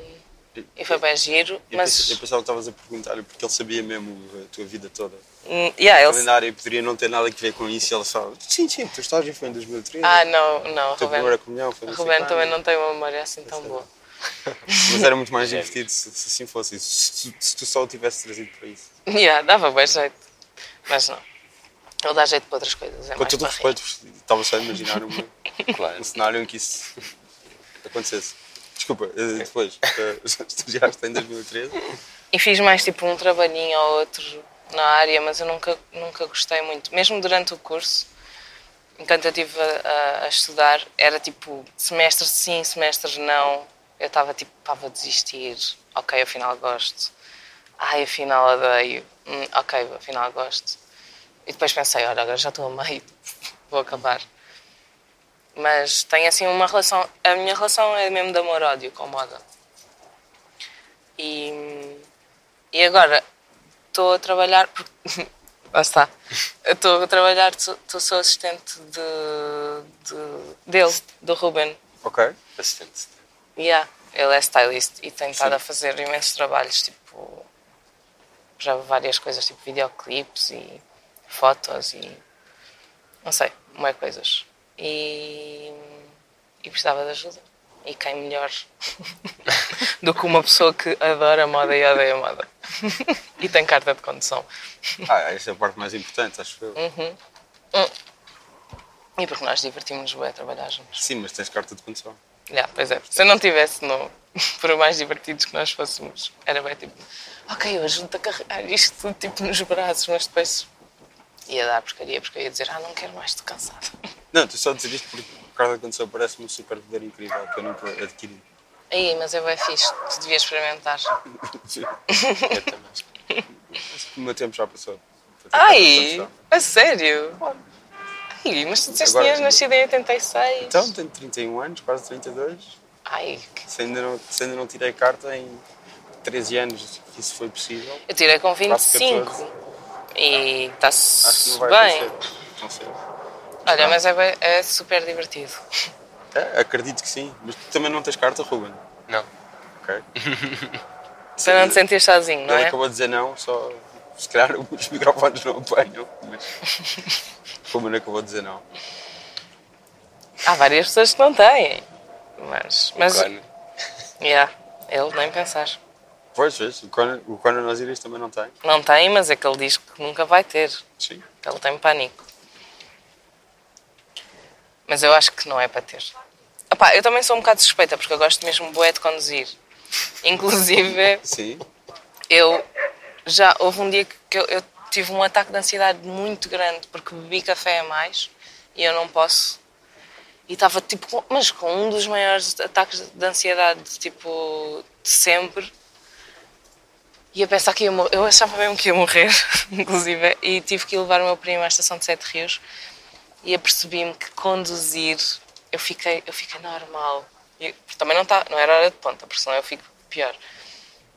E foi bem giro,
Eu,
mas.
pensava, eu pensava que estavas a perguntar-lhe porque ele sabia mesmo a tua vida toda.
Hum, yeah,
O
ele-
calendário poderia não ter nada a ver com isso e ele só. Sim, sim, tu estágio foi em 2013.
Ah, não, não,
A tua primeira
Ruben.
comunhão foi no
Ruben também não É. tem uma memória assim tão boa.
Mas era muito mais
<laughs>
divertido se, se assim fosse. Se, se- se tu só o tivesse trazido para isso.
<laughs> Yeah, dava bem jeito. Mas não. Ele dá jeito para outras coisas. É
Com
mais
todo o
barriga.
respeito, estava só a
<laughs>
imaginar uma,
Claro.
um cenário em que isso acontecesse. Desculpa, eh, depois, eh, <laughs> estudiaste em 2013?
E fiz mais tipo um trabalhinho ou outro na área, mas eu nunca, nunca gostei muito. Mesmo durante o curso, enquanto eu estive a, a- a estudar, era tipo semestre sim, semestre não. Eu estava tipo, pá, vou desistir. Ok, afinal gosto. Ai, afinal odeio. Hum, ok, afinal gosto. E depois pensei, olha, agora já estou a meio, <laughs> vou acabar. Mas tenho assim uma relação. A minha relação é mesmo de amor-ódio com moda. E, hum, e agora estou a trabalhar, porque <laughs> lá está, estou a trabalhar, sou sou- sou assistente de, de- dele, do Ruben.
Ok.
<laughs> Assistente.
Yeah, ele é stylist e tem estado a fazer imensos trabalhos, tipo, já várias coisas, tipo videoclipes e fotos e não sei, mais coisas. E, e precisava de ajuda. E quem melhor <laughs> do que uma pessoa que adora moda e odeia moda <laughs> e tem carta de condução.
Ah, essa é a parte mais importante, acho eu.
É. E porque nós divertimos-nos bem a trabalhar juntos.
Sim, mas tens carta de condução.
Yeah, pois é, se eu não tivesse no. <laughs> Por mais divertidos que nós fôssemos, era bem tipo, ok, eu ajudo-te a carregar isto tudo tipo nos braços, mas depois ia dar porcaria, porque eu ia dizer, ah, não quero mais, estou cansada. <laughs>
Não, tu só dizer isto porque carta de condução parece-me um super poder incrível que eu nunca adquiri. <laughs>
Aí, mas é bem fixe, tu devias experimentar.
Eu também.
O meu tempo já passou.
Ai, a sério? Ai, mas tu disseste que
Agora-
tinhas nascido em 86.
Então, tenho 31 anos, quase 32.
Ai, que-
Se ainda não, se ainda não tirei carta em 13 anos, que isso foi possível.
eu tirei com
Quase
25
14.
e
Acho que
está-se
não vai
bem.
acontecer. Não sei.
Olha, mas é, bem- é super divertido.
É, acredito que sim. Mas tu também não tens carta, Ruben.
Não.
Ok.
<laughs> Para não te sentir sozinho, não
Ele
é?
acabou de dizer não, só se calhar <laughs> os microfones não apanham. Mas Ruben acabou de dizer não. é
Há várias pessoas que não têm. Mas. mas
Claro.
yeah, ele nem pensar.
Pois, vês, o Conan, o Conan Osiris também não tem.
Não tem, mas é que ele diz que nunca vai ter.
Sim.
que Ele tem pânico. Mas eu acho que não é para ter. Epá, eu também sou um bocado suspeita, porque eu gosto mesmo bué de conduzir. <laughs> Inclusive,
Sim.
eu já houve um dia que eu, eu tive um ataque de ansiedade muito grande porque bebi café a mais e eu não posso e estava tipo com- mas com um dos maiores ataques de ansiedade tipo de sempre e a pensar que ia morrer, eu achava mesmo que ia morrer <laughs> inclusive e tive que ir levar o meu primo à estação de Sete Rios e apercebi-me que conduzir eu fiquei eu fiquei normal E- porque também não tá, não era hora de ponta porque senão eu fico pior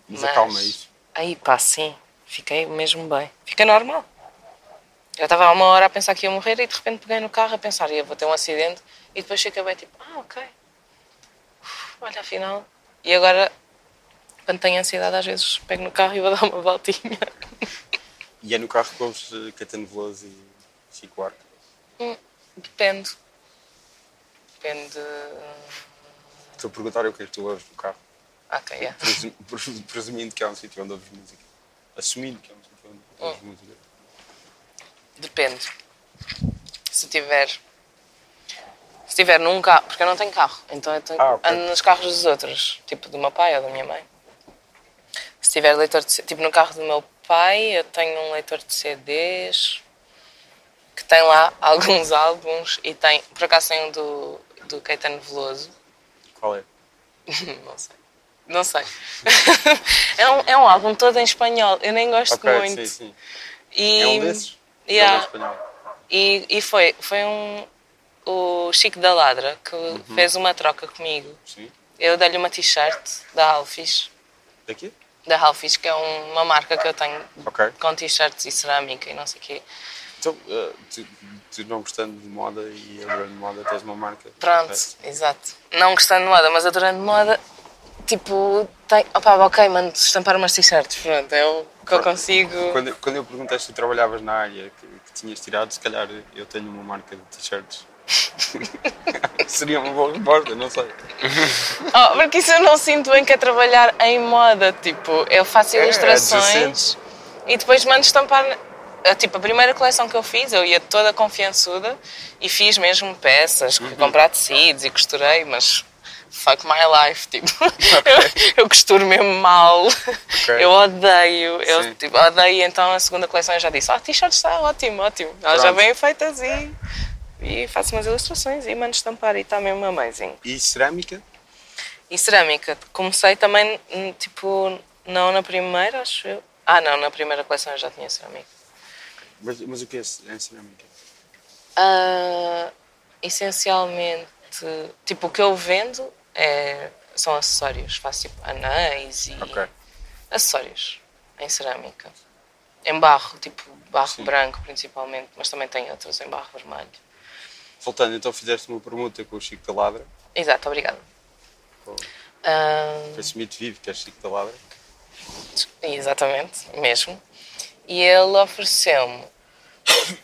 Mas, acalma isso.
Aí, pá, sim. Fiquei mesmo bem. Fica normal. Eu estava há uma hora a pensar que ia morrer e de repente peguei no carro a pensar, ia vou ter um acidente. E depois fiquei bem tipo, ah, ok. Uf, olha, afinal. E agora, quando tenho ansiedade, às vezes pego no carro e vou dar uma voltinha. <laughs>
E é no carro que ouves eh, Caetano Veloso e Chico Arco.
Hum, Depende. Depende.
Estou a perguntar o que é que tu ouves no carro.
Ok, yeah.
Presum- presu- <laughs> Presumindo que é um sítio onde ouves música. Assumindo que é um sítio onde
Oh.
ouves música.
Depende. Se tiver. Se tiver num carro. Porque eu não tenho carro. Então eu tenho-
Ah, ok.
ando nos carros dos outros. Tipo do meu pai ou da minha mãe. Se tiver leitor de. C- Tipo no carro do meu pai, eu tenho um leitor de CDs. Que tem lá <laughs> alguns álbuns. E tem. Por acaso tem um do, do Caetano Veloso. <laughs>
Qual é?
não sei. Não sei. <laughs> é, um, é um álbum todo em espanhol. Eu nem gosto
Ok,
muito.
sim, sim.
E-
É um desses?
Yeah.
Não, é espanhol.
E, e foi, foi um, o Chico da Ladra que fez uma troca comigo.
Sim.
Eu dei-lhe uma t-shirt da Alfis.
Daqui?
da Halfish, que é um- uma marca que eu tenho
Ok.
com t-shirts e cerâmica e não sei o quê.
Então, eh, tu, tu não gostando de moda e adorando moda, tens uma marca.
Pronto, exato. Não gostando de moda, mas adorando moda, tipo, tem, opá, ok, mano, estampar umas t-shirts, pronto, é o que eu consigo.
Quando, quando eu perguntei se tu trabalhavas na área que, que tinhas tirado, se calhar eu tenho uma marca de
<laughs>
t-shirts. Seria uma boa resposta, não sei.
<laughs> Oh, porque isso eu não sinto bem que é trabalhar em moda, tipo, eu faço
É, é
ilustrações
decente.
e depois mando estampar, eh, tipo, a primeira coleção que eu fiz, eu ia toda confiançuda e fiz mesmo peças,
Uhum.
comprar tecidos e costurei, mas fuck my life, tipo, <laughs> eu, eu costuro mesmo mal, eu odeio, eu
Sim.
tipo, odeio, então a segunda coleção eu já disse, ah, t-shirt está ótimo, ótimo, elas já
Pronto.
bem feitas e, e faço umas ilustrações e mando estampar e está mesmo amazing.
E cerâmica?
E cerâmica, comecei também, hum, tipo, não na primeira, acho eu. Ah, não, na primeira coleção eu já tinha cerâmica.
Mas, mas o que é ce- é cerâmica?
Ah, essencialmente, tipo, o que eu vendo é, são acessórios. Faço tipo anéis e
Ok.
acessórios em cerâmica. Em barro, tipo barro
Sim.
branco principalmente, mas também tem outros em barro vermelho.
Voltando, então fizeste uma permuta com o Chico da Ladra,
Exato, obrigada.
com
Ah,
com esse mito vivo que é Chico da Ladra.
Exatamente, mesmo. E ele ofereceu-me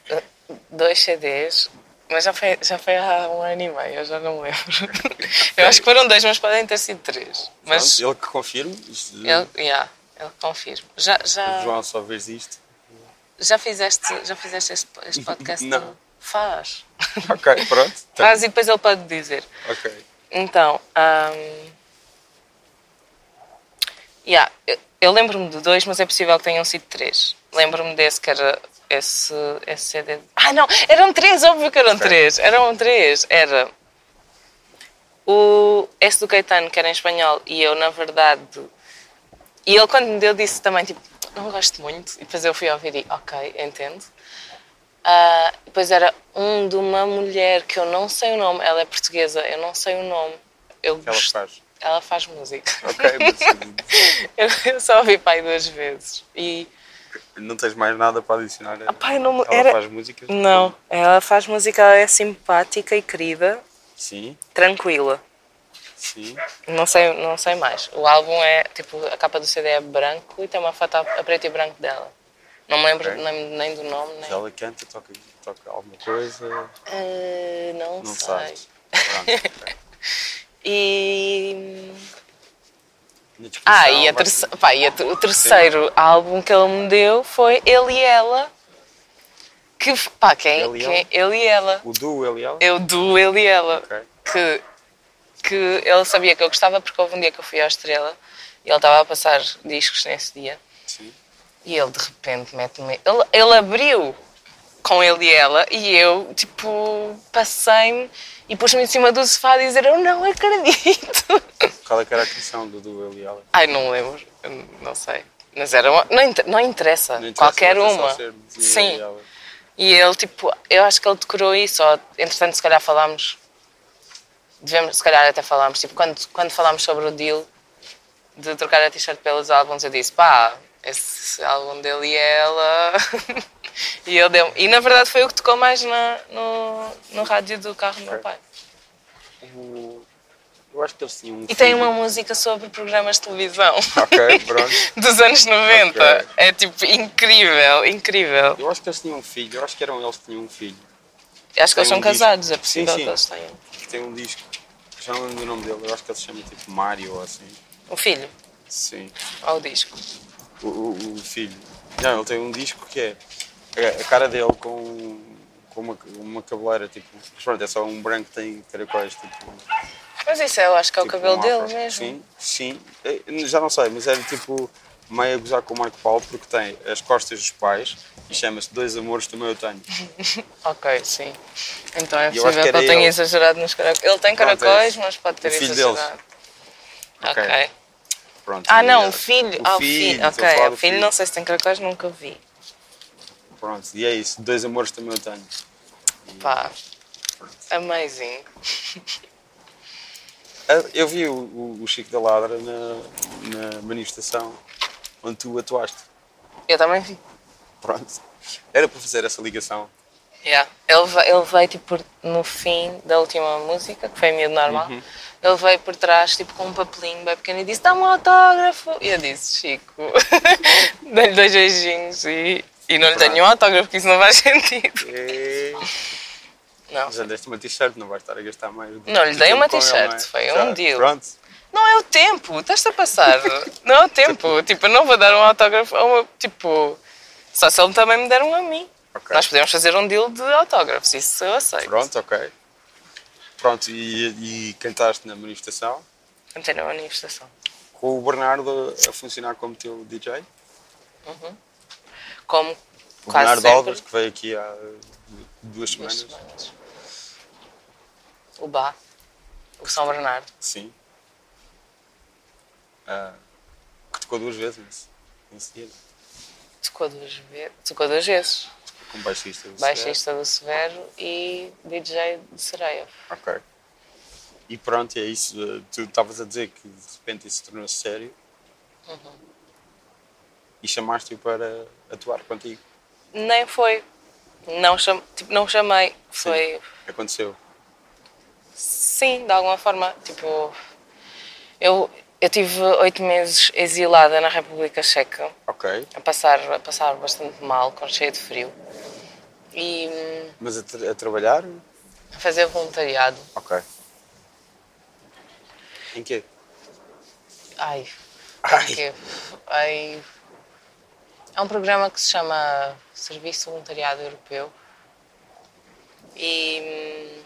eh, dois CDs, mas já foi, já foi há um ano e meio, eu já não lembro. Eu acho que foram dois, mas podem ter sido três. Mas
Pronto, ele que confirma, isto,
ele, yeah, ele confirma. Já,
o
já,
João só vês isto.
já fizeste, já fizeste este, este podcast?
Não.
todo? Faz.
Ok, pronto.
<laughs>
tá.
Faz e depois ele pode dizer.
Ok.
Então, hum, yeah, eu, eu lembro-me de dois, mas é possível que tenham sido três. Lembro-me desse que era esse, esse CD. Ah, não, eram três, óbvio que eram três. Eram três. Era o esse do Caetano, que era em espanhol, e eu, na verdade. E ele, quando me deu, disse também, tipo, não gosto muito. E depois eu fui ouvir e, ok, entendo. Ah, depois era um de uma mulher que eu não sei o nome, ela é portuguesa, eu não sei o nome. Eu
O que ela
gost-
faz?
ela faz música.
Ok,
<laughs>
mas
Eu, eu só ouvi pai duas vezes. E
eh, não tens mais nada para adicionar.
ah, pá, eu não me-
Ela
era-
faz músicas?
Não, ela faz música, ela é simpática e querida,
Sim,
tranquila.
sim.
Não sei, não sei mais. O álbum é, tipo, a capa do CD é branco e tem uma foto a, a preto e branco dela. Não me lembro
Ok.
nem, nem do nome, nem.
Mas ela canta, toca, toca alguma coisa,
Ah, não,
não
sei.
sabes. Pronto, ok.
E.
Na descrição
Ah, e, a
vai-
terce- pá, e a ter- o terceiro álbum que ele me deu foi Ele e Ela. Que, f- pá, quem,
Ele e
quem, ele e Ela.
O duo, ele e ela?
Eu do Ele e Ela.
Ok.
Que, que ele sabia que eu gostava porque houve um dia que eu fui à Estrela e ele estava a passar discos nesse dia.
Sim.
E ele de repente mete-me. Ele, ele abriu com ele e ela e eu, tipo, passei-me e pus-me em cima do sofá a dizer: Eu não acredito. <laughs>
Qual é que era a canção do duo, ele e ela?
Ai, não lembro, Eu não sei. Mas era uma. Não, inter- não interessa,
Não interessa,
qualquer
mas é só
uma.
ser é, de ele
Sim.
e ela.
E ele, tipo, eu acho que ele decorou isso, ou entretanto, se calhar falámos. Devemos, se calhar até falámos, tipo, quando, quando falámos sobre o deal de trocar a t-shirt pelos álbuns, eu disse, pá, esse álbum dele e ela. <laughs> e ele deu E na verdade foi o que tocou mais na, no, no rádio do carro do meu pai.
O- Eu acho que eles tinham um
E tem
filho.
uma música sobre programas de televisão <laughs>
Ok, pronto.
dos anos 90.
Ok.
É tipo incrível, incrível.
Eu acho que eles tinham um filho, eu acho que eram eles que tinham um filho.
Eu acho que
Tem
eles são
um
casados,
disco.
é possível
Sim, sim.
que eles tenham.
que Tem um disco, já não lembro o nome dele, eu acho que ele se chama tipo Mario ou assim.
O um filho,
Sim.
ou o disco.
O, o- o filho. Não, ele tem um disco que é a- a cara dele com, com uma, uma cabeleira, tipo. Mas pronto, é só um branco que tem caracóis, tipo.
Mas isso eu acho que é o
tipo
É cabelo
um
dele
afro.
mesmo.
Sim, sim. Eh, Já não sei, mas era tipo meio a gozar com o Marco Paulo porque tem as costas dos pais e chama-se Dois Amores Também Eu Tenho.
Ok, sim. Então é
E eu acho
possível
que
que,
era
eu tenha
ele.
exagerado nos caracóis. Ele tem
Pronto, é
caracóis,
esse.
mas pode ter
O filho
exagerado.
Ok.
Ok.
Pronto,
Ah,
e
não,
era-
o filho. Ah, o filho.
estou a
Ok,
falar
o
do
filho não sei se tem caracóis, nunca vi.
Pronto, e é isso. Dois Amores Também Eu Tenho.
Pá. Amazing.
Ah, Eu vi o, o- o Chico da Ladra na, na manifestação onde tu atuaste.
Eu também vi.
Pronto. Era para fazer essa ligação.
Yeah. Ele, ve- ele veio tipo por- no fim da última música, que foi miúdo normal.
Uhum.
Ele veio por trás tipo com um papelinho bem pequeno e disse: dá-me um autógrafo. E eu disse: Chico, <laughs> dei-lhe dois beijinhos e, e não lhe dei nenhum autógrafo, porque isso não faz <laughs> sentido.
E...
Não.
Mas já deste uma t-shirt, não vais estar a gastar mais. do
Não, lhe
que
dei
tempo
uma
com ele,
t-shirt,
não é?
foi
Já,
um deal.
Pronto.
Não é o tempo, estás-te a passar. não é o
<laughs>
tempo. Tipo, eu não vou dar um autógrafo a uma. Tipo, só se ele também me der um a mim.
Ok.
Nós podemos fazer um deal de autógrafos, isso eu aceito.
Pronto, ok. Pronto, e, e cantaste na manifestação
Não tem nenhuma manifestação.
com o Bernardo a funcionar como teu DJ.
Como
O
quase
Bernardo
sempre.
Alves, que veio aqui há duas
duas
semanas.
semanas. O Bá, o São Bernardo.
Sim. Ah, que tocou duas vezes nesse- né? em seguida.
Tocou duas vezes. Tocou duas vezes.
Como baixista. do
Baixista do Severo e DJ do Sereia.
Sereia. Ok. E pronto, é isso. Ah, Tu estavas a dizer que de repente isso tornou-se sério.
Uhum.
E chamaste-o para atuar contigo.
Nem foi. Não, cham, tipo, não chamei. Foi.
Aconteceu.
Sim, de alguma forma. Tipo, eu, eu tive oito meses exilada na República Checa,
Ok.
a passar, a passar bastante mal, com cheio de frio. E hum,
Mas a, tra- a trabalhar?
a fazer voluntariado.
Ok. Em quê?
Ai,
Ai.
porque ai, há um programa que se chama Serviço Voluntariado Europeu e, hum,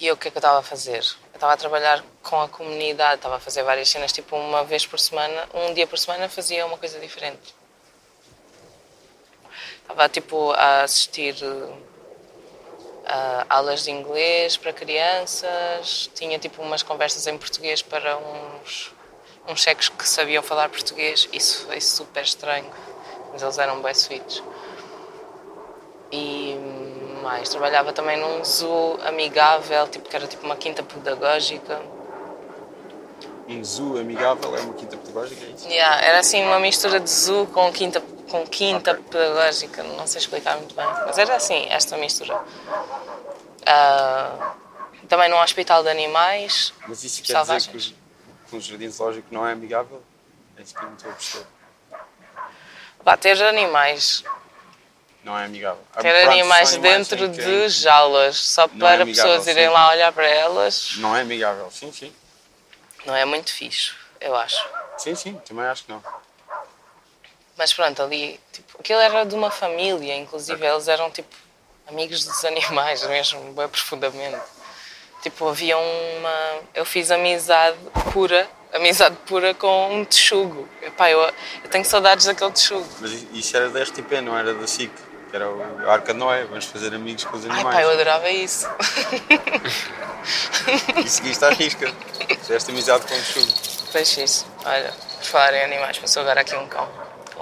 e eu o que é que eu estava a fazer? Eu estava a trabalhar com a comunidade, estava a fazer várias cenas, tipo uma vez por semana, um dia por semana fazia uma coisa diferente. Estava tipo a assistir ah, aulas de inglês para crianças, tinha tipo umas conversas em português para uns, uns cheques que sabiam falar português, isso foi super estranho, mas eles eram bem suítes. E mais, trabalhava também num zoo amigável, tipo, que era tipo uma quinta pedagógica.
Um zoo amigável é uma quinta pedagógica, é isso?
Yeah, era assim uma mistura de zoo com quinta, com quinta pedagógica, não sei explicar muito bem, mas era assim, esta mistura. Ah, também num hospital de animais.
Mas isso
tipo,
quer dizer que, os- que um jardim zoológico não é amigável? É isso que eu não estou a perceber.
Pá, ter animais,
Não é amigável. Há
ter
pronto,
animais
são animais
dentro
em que-
de jaulas, só
Não é
para
amigável,
pessoas irem
sim.
lá olhar para elas,
Não é amigável, sim, sim.
não é muito fixe, eu acho.
Sim, sim, também acho que não.
Mas pronto, ali, tipo, aquilo era de uma família, inclusive eles eram tipo amigos dos <laughs> animais mesmo, bem profundamente. Tipo, havia uma. Eu fiz amizade pura, amizade pura com um texugo. Epá, eu, eu tenho saudades daquele texugo.
Mas i- isso era da RTP, não era da SIC. Que era o Arca de Noé, vamos fazer amigos com os
Ai,
animais.
pá, eu adorava isso. <laughs>
E seguiste à risca. Fizeste amizade com o chugo.
Pois isso, olha, por falar em animais, passou agora aqui um cão,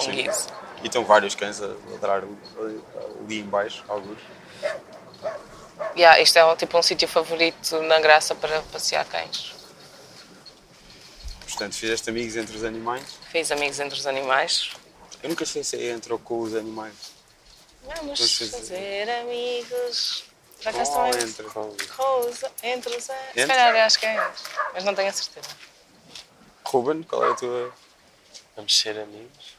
um guiso.
E estão vários cães a ladrar ali- ali em baixo, alguns.
Yeah, isto é um, tipo um sítio favorito na graça para passear cães.
Portanto, fizeste amigos entre os animais.
Fiz amigos entre os animais.
Eu nunca sei se é entre ou com os animais.
Vamos
Vamos
fazer,
fazer-
amigos. Por acaso
Ou
também. é
entre.
Rosa, entre os anos. Se
Entre?
calhar eu acho que é entre, mas não tenho a certeza.
Ruben, qual é a tua.
Vamos ser amigos?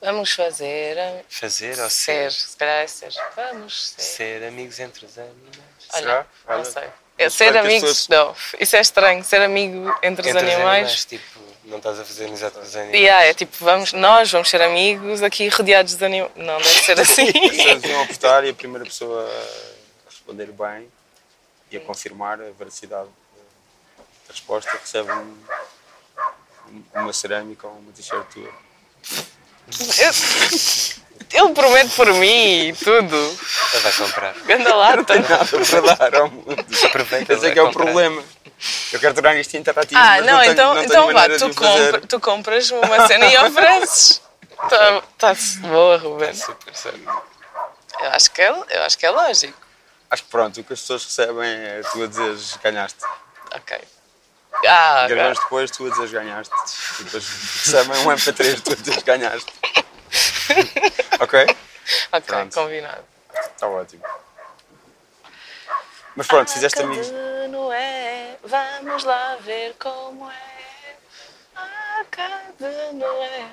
Vamos fazer. am-
Fazer ou
Ser,
ser?
se calhar é ser. Vamos ser.
Ser amigos entre os animais.
Olha,
Será?
não
Olha.
sei. É
Eu
ser
espero que as
amigos,
pessoas-
não. Isso é estranho, ser amigo entre, os animais.
Tipo, não estás a fazer amizade com os animais.
Yeah, é tipo, vamos, nós vamos ser amigos aqui rodeados de animais. Não deve ser <laughs> assim.
As pessoas iam apostar um e a primeira pessoa a responder bem e a confirmar a veracidade da resposta recebe um- um- uma cerâmica ou uma t-shirt tua.
Eu- Ele promete por mim e tudo.
Ele vai Então comprar.
Ganda lata.
Nada para dar ao mundo.
Então
Aproveita.
Esse é
vai
que é o
comprar.
problema. Eu quero tornar isto interativo.
Ah,
mas
não,
tenho-
então,
tenho
então vá,
maneira de
tu,
o fazer.
compra- tu compras-me uma cena e
<laughs>
ofereces. Está-se boa, Ruben.
É Super sério.
Eu acho, que é, eu acho que é lógico.
Acho que pronto, o que as pessoas recebem é tu a dizeres ganhaste.
Ok. Ah, ok.
Gravamos depois, tu a dizer ganhaste. E depois recebem um MP3, tu a
<laughs>
dizer ganhaste. ok?
Ok,
Pronto.
combinado.
Está Tá ótimo. Mas pronto,
Ah,
fizeste amigos.
Acadeno é, vamos lá ver como é. Acadeno é.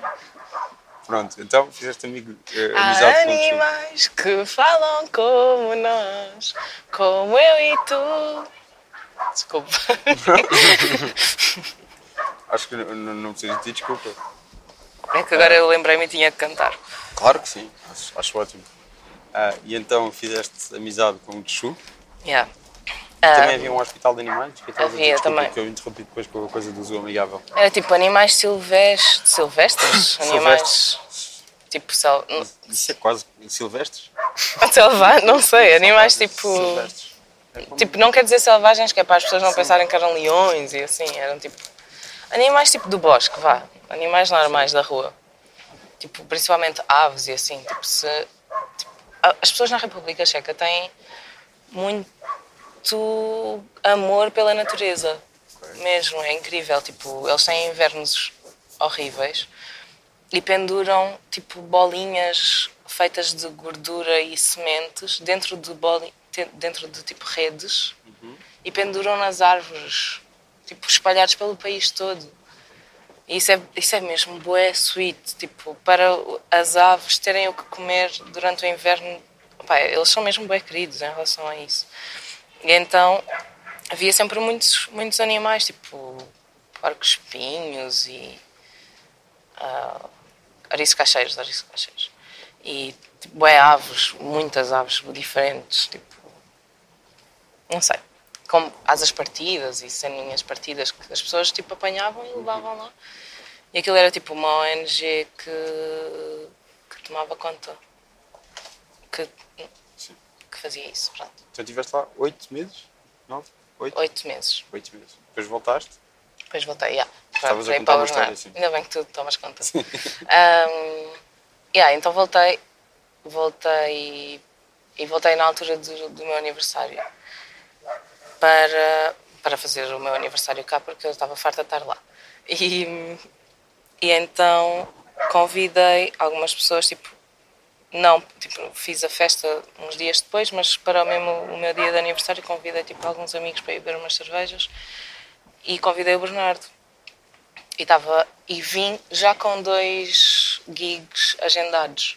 Pronto, então fizeste amigo, eh,
Há
amizade com o Tio.
animais que falam como nós, como eu e tu. Desculpa.
Acho que n- n- não preciso de ti, desculpa.
<laughs> É que agora eu lembrei-me e tinha que cantar.
Claro que sim, acho, acho ótimo. Ah, e então fizeste amizade com o Tchu.
Yeah.
Também havia um hospital de animais. Que eu estava a dizer,
Ah. havia
desculpa,
também.
Que eu interrompi depois com a coisa do zoo amigável.
Era tipo animais silvestres. Silvestres? animais. Tipo <laughs> sel...
Isso é quase silvestres?
selvagens, não sei. Animais tipo.
Silvestres. É como-
Tipo, não quer dizer selvagens, que é para as pessoas não pensarem que eram leões e assim. Eram tipo. Animais tipo do bosque, vá. Animais normais da rua. Tipo, principalmente aves e assim. Tipo, se. tipo, a- as pessoas na República Checa têm muito amor pela natureza. Mesmo, é incrível. Tipo, eles têm invernos horríveis e penduram tipo bolinhas feitas de gordura e sementes dentro de boli- te- dentro de tipo redes e penduram nas árvores, tipo espalhados pelo país todo. E isso é, isso é mesmo bué sweet, tipo, para o- as aves terem o que comer durante o inverno. Pá, eles são mesmo bué queridos em relação a isso. E então havia sempre muitos, muitos animais, tipo porcos-espinhos e Ariço Cacheiros, Ariço Cacheiros. E tipo, é aves, muitas aves diferentes, tipo. Não sei. Como asas partidas e ceninhas partidas que as pessoas tipo apanhavam e levavam lá. E aquilo era tipo uma ONG que, que tomava conta. Que, que fazia isso, pronto.
Então estiveste lá oito meses? Nove? Oito?
Oito meses.
Oito meses. Depois voltaste?
Depois voltei, yeah, para,
Estavas a
para ir
contar
para o
uma história,
Bernardo.
sim.
Ainda bem que tu tomas
<laughs>
conta. um, yeah, então voltei, voltei e voltei na altura do, do meu aniversário para, para fazer o meu aniversário cá porque eu estava farta de estar lá. E, e então convidei algumas pessoas, tipo, não, tipo, fiz a festa uns dias depois, mas para o, mesmo, o meu dia de aniversário convidei tipo, alguns amigos para ir beber umas cervejas e convidei o Bernardo. E, tava, e vim já com dois gigs agendados.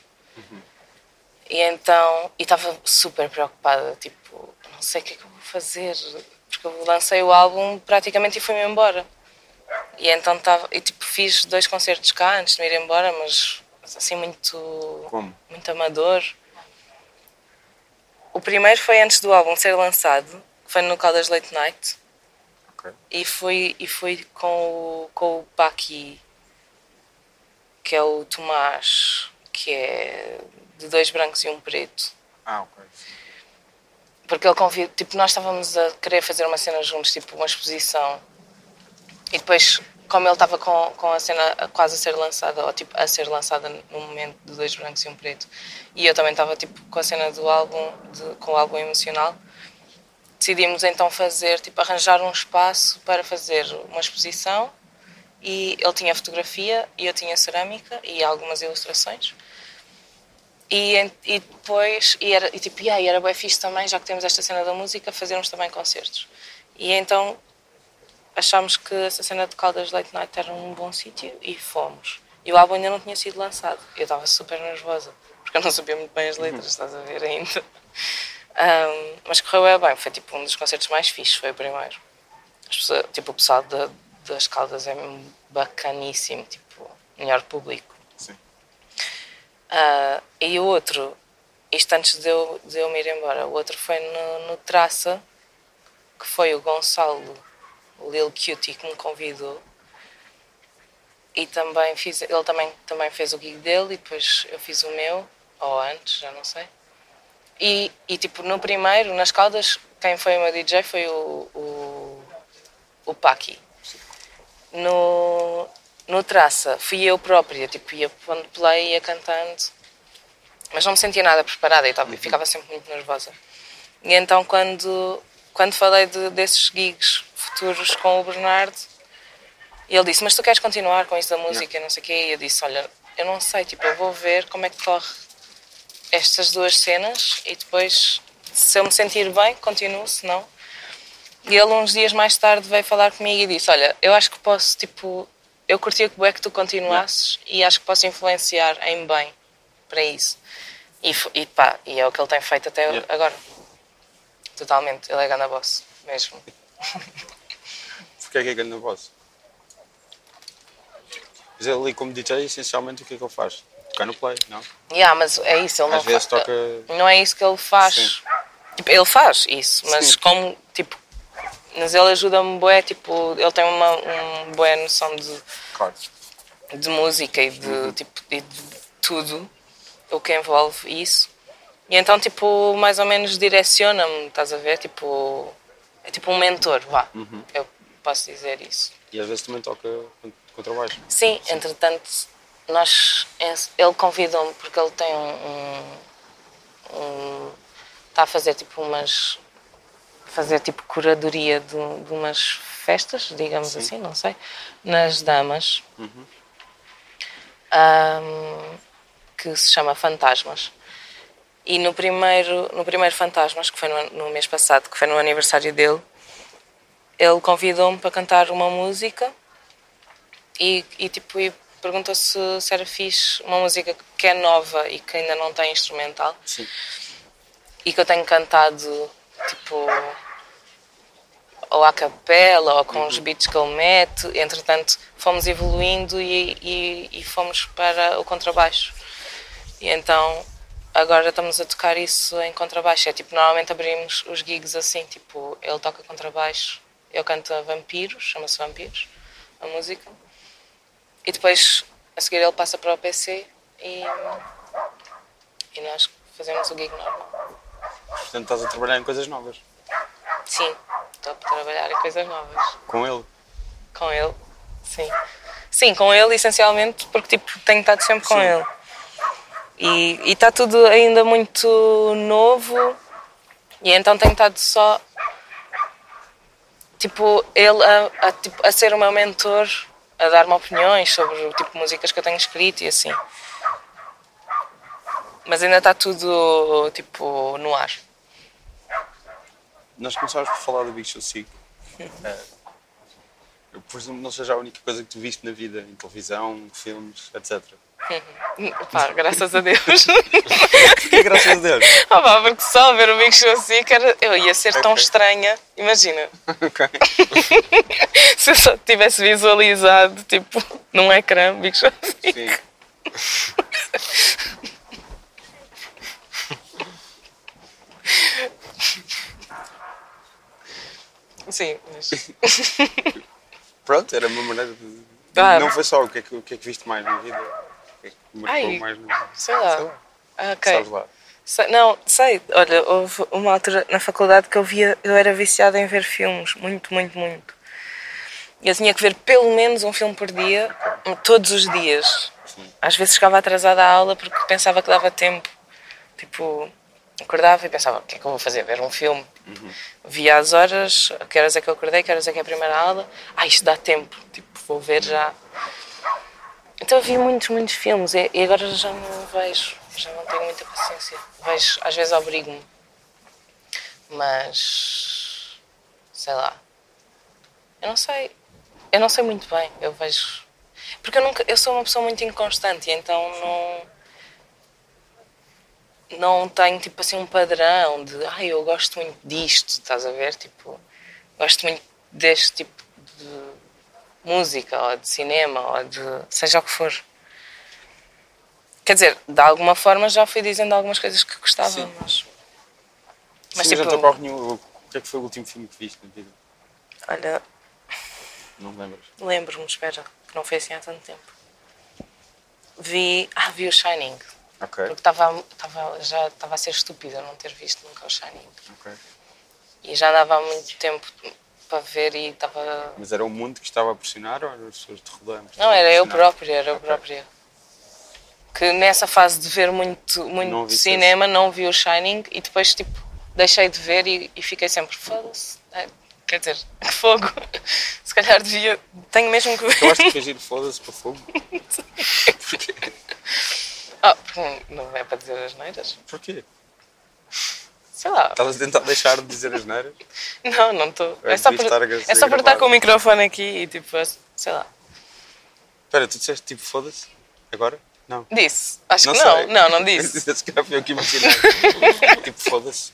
E então, e estava super preocupada, tipo, não sei o que é que eu vou fazer, porque eu lancei o álbum praticamente e fui-me embora. E então estava, e tipo, fiz dois concertos cá antes de me ir embora, mas assim muito
Como?
muito amador. O primeiro foi antes do álbum ser lançado, foi no Caldas Late Night,
Ok.
e fui, e fui com, o, com o Paqui, que é o Tomás, que é de dois brancos e um preto.
Ah, ok.
Porque ele convida, tipo, nós estávamos a querer fazer uma cena juntos, tipo, uma exposição. E depois, como ele estava com, com a cena a quase a ser lançada, ou tipo, a ser lançada no momento de Dois Brancos e um Preto, e eu também estava, tipo, com a cena do álbum, de- com o álbum emocional, decidimos então fazer, tipo, arranjar um espaço para fazer uma exposição. E ele tinha fotografia, e eu tinha cerâmica e algumas ilustrações. E, en- e depois, e era, e tipo, yeah, e era bem fixe também, já que temos esta cena da música, fazermos também concertos. E então achámos que essa cena de Caldas Late Night era um bom sítio e fomos. E o álbum ainda não tinha sido lançado. Eu estava super nervosa, porque eu não sabia muito bem as letras, estás a ver ainda. Ahm, mas correu bem, bem, foi tipo um dos concertos mais fixes, foi o primeiro. As pessoas- tipo, o pessoal da- das Caldas é mesmo bacaníssimo, tipo, melhor público.
Sim.
Ah, e o outro, isto antes de eu, de eu me ir embora, o outro foi no, no Traça, que foi o Gonçalo, o Lil Cutie, que me convidou. E também fiz, ele também, também fez o gig dele e depois eu fiz o meu, ou antes, já não sei. E, e tipo, no primeiro, nas Caldas, quem foi o meu DJ foi o, o, o Paqui no, no traça fui eu própria, tipo, ia pondo play, ia cantando, mas não me sentia nada preparada e tava- ficava sempre muito nervosa. E então, quando, quando falei de- desses gigs futuros com o Bernardo. E ele disse: Mas tu queres continuar com isso da música? Não sei o quê. E eu disse: Olha, eu não sei, tipo, eu vou ver como é que corre estas duas cenas e depois, se eu me sentir bem, continuo, se não. E ele, uns dias mais tarde, veio falar comigo e disse: Olha, eu acho que posso, tipo, eu curtia que bué que tu continuasses e acho que posso influenciar em bem para isso. E, fo- e pá, e é o que ele tem feito até
Yeah.
agora. Totalmente, ele é ganda boss, mesmo.
Porque é que é grande voz? Mas ele ali como DJ, essencialmente o que é que ele faz? Tocar no play, não?
Yeah, mas é isso, ele não
Às vezes
fa-
toca.
Não é isso que ele faz. Tipo, ele faz isso, mas
Sim.
como, tipo, mas ele ajuda-me bué, tipo, ele tem uma um bué noção de,
Claro.
de música e de,
Uhum.
tipo, e de tudo o que envolve isso. E então, tipo, mais ou menos direciona-me, estás a ver? Tipo, é tipo um mentor, vá.
Uhum.
Eu posso dizer isso.
E às vezes também toca contrabaixo.
Sim, entretanto, nós, ele convidou-me porque ele tem um, um- Está a fazer tipo umas. Fazer tipo curadoria de, de umas festas, digamos assim, não sei, nas damas. Ahm, que se chama Fantasmas. E no primeiro, no primeiro Fantasmas, que foi no, an- no mês passado, que foi no aniversário dele, ele convidou-me para cantar uma música e, e, tipo e perguntou se, se era fixe uma música que é nova e que ainda não tem instrumental
Sim.
e que eu tenho cantado tipo ou à capela ou com os beats que ele mete entretanto fomos evoluindo e, e, e fomos para o contrabaixo e então agora estamos a tocar isso em contrabaixo é tipo normalmente abrimos os gigs assim tipo ele toca contrabaixo eu canto a Vampiros chama-se Vampiros a música e depois, a seguir, ele passa para o PC e, e nós fazemos o gig normal.
Portanto, estás a trabalhar em coisas novas.
Sim, estou a trabalhar em coisas novas.
Com ele.
Com ele, sim. Sim, com ele, essencialmente, porque tipo, tenho estado sempre com
Sim.
ele. E e está tudo ainda muito novo, e então tenho estado só. Tipo, ele a, a, tipo, a ser o meu mentor, a dar-me opiniões sobre tipo músicas que eu tenho escrito e assim. Mas ainda está tudo, tipo, no ar. <laughs>
Nós começámos por falar do Big Show <laughs> Sick. Eh, eu presumo que não seja a única coisa que tu viste na vida, em televisão, filmes, etc.
Pá, graças a Deus.
E graças a Deus.
<laughs> Ah, pá, porque só ver o Big Show Sick era- eu ia ser tão
Ok.
estranha. Imagina,
<laughs>
<laughs>
Ok.
se eu só tivesse visualizado, tipo, num ecrã, Big Show assim. Sick.
Sim.
Sim,
<laughs>
mas...
Pronto, era uma maneira de.
Ah.
Não foi só o que, é que, o que é que viste mais na vida. O que é que te marcou
Ai,
mais na vida.
sei lá.
Sei lá.
Ah,
Sabes
ok.
lá.
Sei- não, sei, olha, houve uma altura na faculdade que eu via, eu era viciada em ver filmes, muito, muito, muito. Eu tinha que ver pelo menos um filme por dia, todos os dias. Às vezes chegava atrasada à aula porque pensava que dava tempo. Tipo, acordava e pensava, o que é que eu vou fazer? Ver um filme. Via as horas, a que horas é que eu acordei, que horas é que é a primeira aula. Ah, isto dá tempo, tipo, vou ver já. Então eu vi muitos, muitos filmes e e agora já não vejo, já não tenho muita paciência. Vejo, às vezes obrigo-me. Mas sei lá. Eu não sei. Eu não sei muito bem. Eu vejo. Porque eu nunca. Eu sou uma pessoa muito inconstante, e então não. Não tenho tipo assim um padrão de ai eu gosto muito disto, estás a ver? Tipo, gosto muito deste tipo de música ou de cinema ou de seja o que for. Quer dizer, de alguma forma já fui dizendo algumas coisas que gostava,
Sim.
mas.
Mas
tipo-
Sim, mas não te ocorre nenhum. O que é que foi o último filme que viste na vida?
Olha,
Não me lembras.
lembro-me, espera, que não foi assim há tanto tempo. Vi. Ah, vi o Shining.
Ok.
Porque estava estava- já estava a ser estúpida não ter visto nunca o Shining.
ok.
E já andava há muito tempo para ver e estava.
Mas era o mundo que estava a pressionar ou eram as pessoas que te rodeiam?
Não, era eu
Pressionar?
própria, era eu
Ok.
própria. Que nessa fase de ver muito,
Não
muito
viste
cinema, não vi o Shining e depois, tipo, deixei de ver e, e fiquei sempre, foda-se, é, o que Quer dizer, <laughs> que fogo. Se calhar devia. Tenho mesmo que.
Eu acho que fingir foda-se para fogo.
<laughs> Ah, porque não é para dizer as neiras?
Porquê?
Sei lá.
Estavas a tentar deixar de dizer as neiras?
Não, não estou.
Tá. É,
É só
devia
por,
estar a ser
é só por estar
gravado.
com o microfone aqui e tipo, é- sei lá.
Espera, tu disseste tipo foda-se? Agora? Não.
Disse. Acho que
sei.
não. Não, não disse.
<laughs> Se calhar fui eu que imaginei. <laughs> tipo foda-se.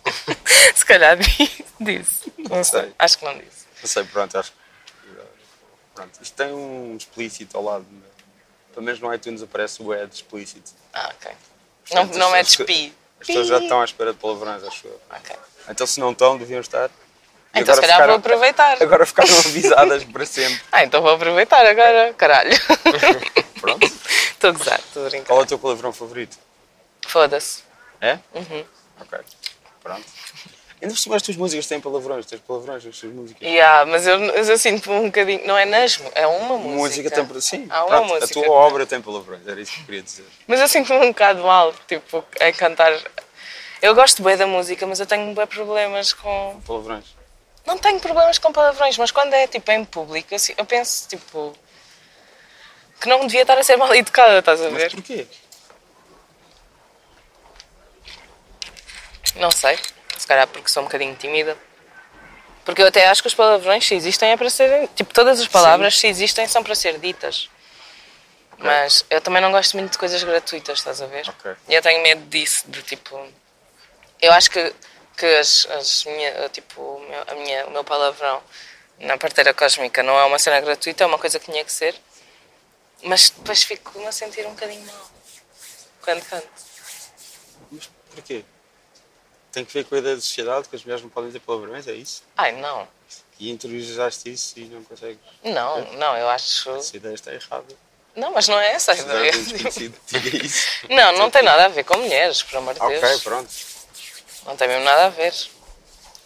Se calhar <laughs> disse. disse.
Não sei.
Acho que não disse.
Não sei, pronto, acho que. Pronto, isto tem um explícito ao lado. né? Pelo menos no iTunes aparece o ad explícito.
Ah, ok. Não, não é
as pessoas-
despi.
As pessoas já estão à espera de palavrões, acho eu.
Ok.
Então, se não estão, deviam estar. E
Então se calhar
ficaram-
vou aproveitar. <laughs>
Agora ficaram avisadas para sempre.
Ah, então vou aproveitar agora,
<laughs>
caralho.
Pronto.
Estou a gozar, estou a brincar.
Qual é o teu palavrão favorito?
Foda-se.
É? Uhum. Ok. Pronto. Ainda por cima as tuas músicas têm palavrões, tens palavrões nas tuas músicas.
Yeah, mas eu, mas eu sinto um bocadinho. Não é nasmo, é uma
A
música.
música tem palavrões. Sim,
Há uma
pronto, a
música.
tua obra tem palavrões, era isso que eu queria dizer.
Mas eu sinto-me um bocado mal, tipo, a cantar. Eu gosto bem da música, mas eu tenho bem problemas com.
Palavrões.
Não tenho problemas com palavrões, mas quando é tipo em público, eu, si- eu penso, tipo. que não devia estar a ser mal educada, estás a
Mas
ver?
porquê?
Não sei. Se calhar porque sou um bocadinho tímida. Porque eu até acho que os palavrões, se existem, é para serem. Tipo, todas as palavras, se existem, são para ser ditas. Mas eu também não gosto muito de coisas gratuitas, estás a ver?
Ok.
E eu tenho medo disso, de tipo. Eu acho que, que as, as minha, tipo, o meu, a minha, o meu palavrão na parteira cósmica não é uma cena gratuita, é uma coisa que tinha que ser. Mas depois fico-me a sentir um bocadinho mal quando canto.
Mas porquê? Tem que ver com a ideia da sociedade que as mulheres não podem ter palavrões, é isso?
Ai, não.
E interiorizaste isso e não consegues.
Não, não, eu acho.
Essa ideia está errada.
Não, mas não Hum? é essa a
Apesar
ideia. <laughs>
de um desconhecido que diga isso.
Não, não tem nada a ver com mulheres, por amor de Deus.
Ok, pronto.
Não tem mesmo nada a ver.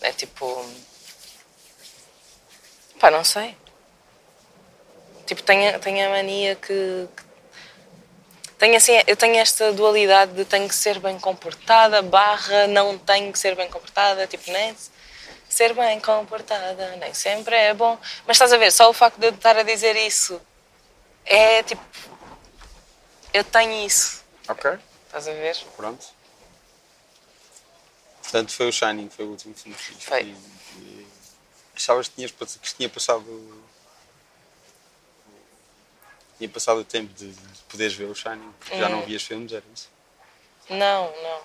É tipo. Pá, não sei. Tipo, tenho, a- tenho a mania que. que- Tenho assim, eu tenho esta dualidade de tenho que ser bem comportada, barra, não tenho que ser bem comportada, tipo, nem ser bem comportada, nem sempre é bom. Mas estás a ver, só o facto de eu estar a dizer isso é tipo. Eu tenho isso,
Ok,
estás a ver?
pronto. Portanto, foi o Shining, foi o último filme que fiz.
Foi.
E, e achavas que, tinhas, pass- que tinha passado. Tinha passado o tempo de, de poderes ver o Shining, porque já não vias filmes, era isso.
Não, não.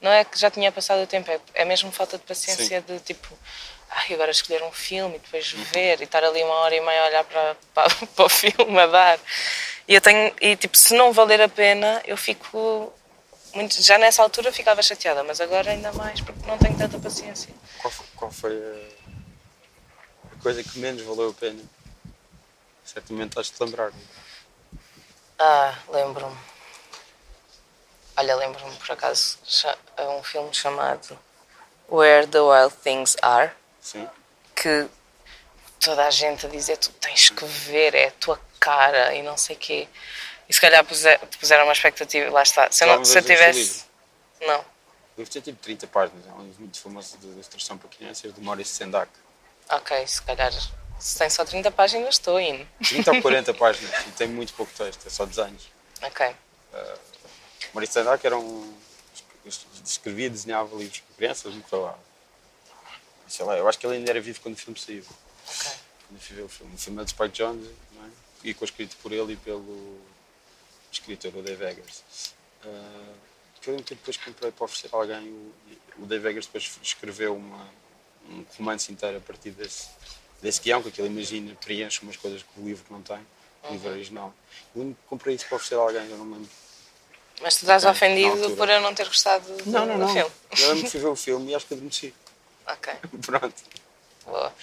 Não é que já tinha passado o tempo, é, é mesmo falta de paciência de tipo, ai, agora escolher um filme e depois ver e estar ali uma hora e meia a olhar para, <laughs> para, para o filme a dar. E eu tenho, e tipo, se não valer a pena, eu fico muito. Já nessa altura eu ficava chateada, mas agora ainda mais porque não tenho tanta paciência.
Qual, fo- qual foi a, a coisa que menos valeu a pena? Certamente estás-te a lembrar.
Ah, lembro-me. Olha, lembro-me por acaso cha- é um filme chamado Where the Wild Things Are.
Sim.
que toda a gente a dizer tu tens que ver, é a tua cara e não sei quê. E se calhar puse- te puseram uma expectativa, lá está. Se eu, não-
Não,
se eu
mas eu
tivesse. Não.
Deve ter tipo 30 páginas, é um livro muito famoso de instrução para crianças de Maurice Sendak.
Ok, se calhar. Se tem só 30 páginas, estou indo.
30 ou 40 páginas e tem muito pouco texto, é só desenhos.
Ok.
Maurice Sendak era um. escrevia e desenhava livros para crianças, muito lá. Sei lá, eu acho que ele ainda era vivo quando o filme saiu.
Ok.
Quando eu fui ver o filme. O filme é de Spike Jones não é? e co-escrito por ele e pelo escritor, o Dave Eggers. Ah, que eu lembro que depois comprei para oferecer a alguém. O, o Dave Eggers depois escreveu uma, um romance inteiro a partir desse, desse guião, que aquilo imagina, preenche umas coisas que o livro não tem, o livro original. Eu lembro que comprei isso para oferecer a alguém, eu não me lembro.
Mas tu estás
Ok, na
ofendido
altura.
por eu não ter gostado do, do filme.
Eu lembro que fui ver o filme e acho que adormeci.
Ok.
<laughs> Pronto.
Boa.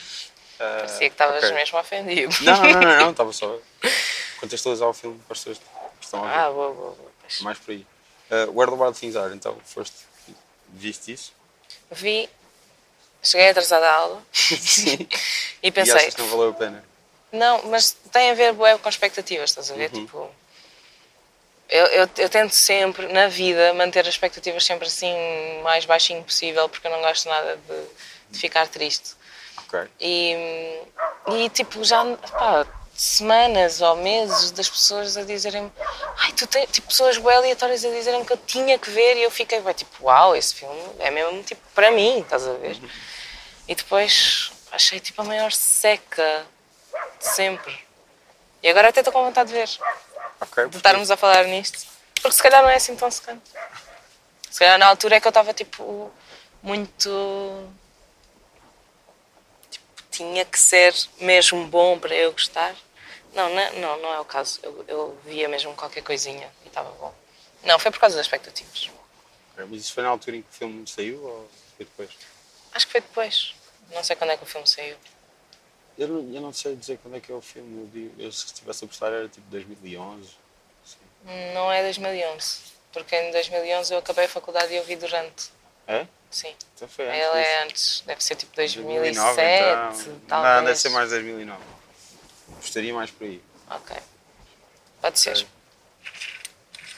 Ah,
Parecia que estavas
ok.
mesmo ofendido.
Não, não, não, não, estava só a contextualizar o filme para as pessoas que estão a ver.
Ah, boa, boa, boa. Pois.
mais por aí. Uh, Where the Wild Things Are, então, foste,
<laughs>
viste isso?
Vi. Cheguei atrasada à aula
Sim.
e
E
pensei,
achas que não valeu a pena?
Não, mas tem a ver bué, com expectativas, estás a ver? Tipo, eu, eu, eu tento sempre, na vida, manter as expectativas sempre assim, mais baixinho possível, porque eu não gosto nada de, de ficar triste.
Ok.
E, e tipo, já pá, semanas ou meses das pessoas a dizerem ai, tu tens, tipo, pessoas bem aleatórias a dizerem que eu tinha que ver e eu fiquei, bué, tipo, uau, esse filme é mesmo tipo para mim, estás a ver? E depois achei tipo a maior seca de sempre. E agora até estou com vontade de ver,
Ok.
de estarmos a falar nisto, porque se calhar não é assim tão secante. Se calhar na altura é que eu estava tipo muito tipo, tinha que ser mesmo bom para eu gostar. Não, não, não, não é o caso. Eu, eu via mesmo qualquer coisinha e estava bom. Não, foi por causa das expectativas.
Ok, Mas isso foi na altura em que o filme saiu ou foi depois?
Acho que foi depois. Não sei quando é que o filme saiu.
Eu não, eu não sei dizer quando é que é o filme. Eu, digo- eu se estivesse a postar era tipo 2011. assim.
Não é 2011. Porque em 2011 eu acabei a faculdade e eu vi durante.
É?
Sim.
Então foi antes.
Ela
disso.
é antes. Deve ser tipo 2007,
2009, então.
talvez.
Não, deve ser mais 2009. Gostaria mais por aí.
Ok. Pode ser.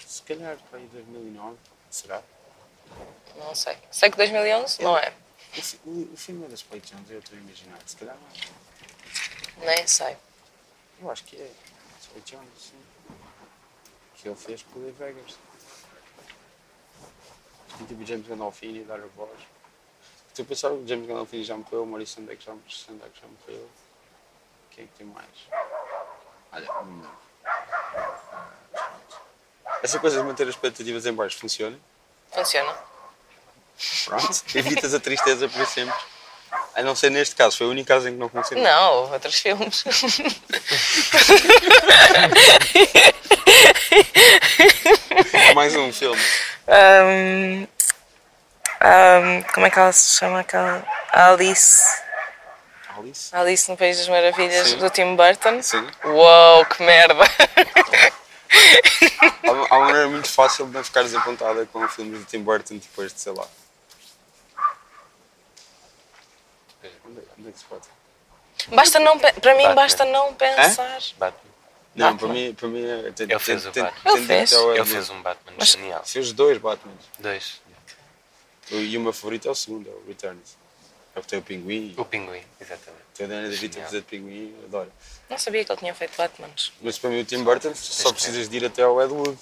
Se calhar para aí 2009. Será?
Não sei. Sei que 2011 não é.
O, fi- o, o filme é das Play Jones, eu estou a imaginar. Se calhar não.
Nem sei.
Eu acho que é. Spike Jones, sim. Que ele fez com o Lee Vegas. E tipo James Gandolfini dar a voz. Tu pensava que o James Gandolfini já morreu, o Maurice Sandeck já, Sandeck já morreu. Quem é que tem mais? Olha, não me lembro. Ah, Essa coisa de manter as expectativas em baixo funciona?
Funciona.
Pronto. <laughs> Evitas a tristeza para sempre. A não ser neste caso, foi o único caso em que não funcionou.
Não, houve outros <laughs> filmes.
Mais um filme.
Ahm, ahm, Um, como é que ela se chama aquela? A Alice.
Alice?
Alice no País das Maravilhas
Sim.
do Tim Burton.
Sim.
Uou, que merda! <laughs>
Há uma há uma maneira muito fácil de não ficar desapontada com filmes de Tim Burton depois de, sei lá. Onde é, onde é que se pode?
Basta não pe- para mim
Batman.
basta não pensar.
Batman.
Não,
Batman.
para mim, para mim é. Tem,
Ele fez o Batman.
Ele fez?
Ele fez um Batman
Mas-
genial.
Fez dois Batman.
Dois.
E o meu favorito é o segundo, é o Returns. É o que tem o pinguim,
O Pinguim, exatamente.
tem a Daniela DeVito a
Genial.
fazer de pinguim, eu adoro.
Não sabia que ele tinha feito Batmans.
Mas para mim o Tim Burton só
que-
precisas de ir até ao Ed Wood.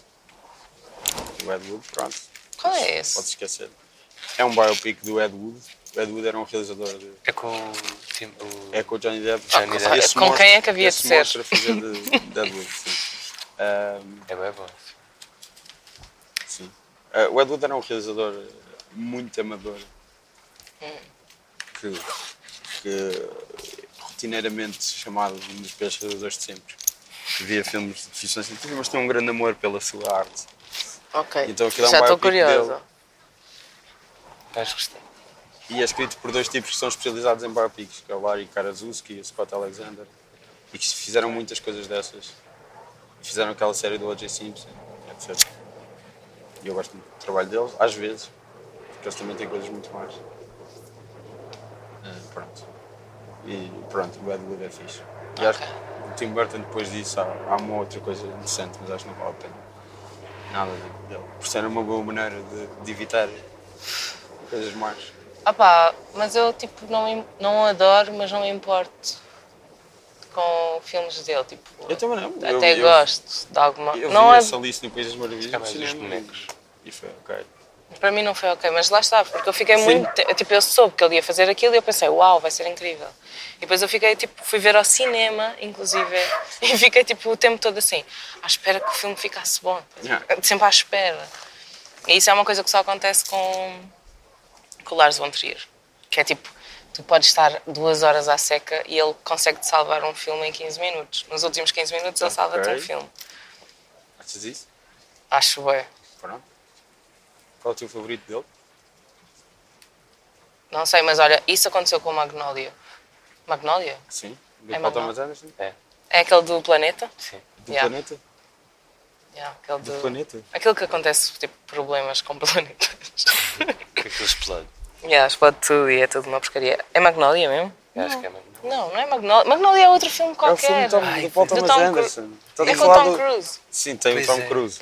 O Ed Wood, pronto.
Qual é
Podes
esse?
esquecer. É um biopic do Ed Wood. O Ed Wood era um realizador de
É com o. Tim- o-
É com o Johnny Depp.
Johnny Depp.
Esse
Ah, Com quem é que
monstro-
havia de
esse
ser?
monstro a fazer de
<laughs>
Deadwood, sim. Ahm,
É bem bom. esse
sim.
filme.
Ah, o Edwood era um realizador muito amador. Que, que rotineiramente chamado de um dos piores realizadores de sempre. Que via filmes de ficção científica, mas tinha um grande amor pela sua arte.
Ok.
Então aquilo é um
Já estou
biopic
curiosa.
dele.
Mas gostei.
E é escrito por dois tipos que são especializados em biopics, que é o Larry Karaszewski e o Scott Alexander, e que fizeram muitas coisas dessas. Fizeram aquela série do O.J. Simpson, etc. E eu gosto muito do trabalho deles, às vezes, porque eles também têm coisas muito mais. Ah, pronto. E pronto, o Ed Wood é fixe. E acho que o Tim Burton depois disso há, há uma outra coisa interessante, mas acho que não vale a pena. Nada de- dele. Por ser uma boa maneira de, de evitar coisas más.
Opá, Ah mas eu tipo não, im- não adoro, mas não me importo com filmes dele. Tipo,
Eu também não. Eu-
até
eu-
gosto de alguma.
Eu
não
vi
é
essa Alice no País das Maravilhas
Ficava
no
dos
cinema.
bonecos.
E foi, ok.
Para mim não foi ok, mas lá está, porque eu fiquei
Sim.
muito. te- Tipo, eu soube que ele ia fazer aquilo e eu pensei, uau, vai ser incrível. E depois eu fiquei, tipo, fui ver ao cinema, inclusive, <laughs> e fiquei, tipo, o tempo todo assim, à espera que o filme ficasse bom.
Yeah.
Sempre à espera. E isso é uma coisa que só acontece com, com o Lars von Trier, que é tipo, tu podes estar duas horas à seca e ele consegue-te salvar um filme em 15 minutos. Nos últimos 15 minutos ele salva-te um
Ok.
filme.
Achas isso?
Acho bem.
Pronto. Qual é o teu favorito dele?
Não sei, mas olha, isso aconteceu com o Magnolia. Magnolia?
Sim. Do
É
Paul
Manuel.
Thomas Anderson? Do
É,
É aquele do planeta?
sim.
Yeah.
planeta?
Yeah, aquele
Do É
do-
planeta?
Aquilo que acontece, tipo, problemas com <laughs> planetas.
Que aquilo explode.
yeah, explode tudo e é tudo uma porcaria. É Magnolia mesmo?
Eu acho que é mesmo.
Não, não é Magnolia. Magnolia é outro filme
É o
qualquer.
filme do Tom, do Paul
do
Thomas
Tom Cru-
Anderson. Estás
é
a
com o
falar
Tom
do-
Cruise.
Sim, tem
Pois
o Tom
é.
Cruise.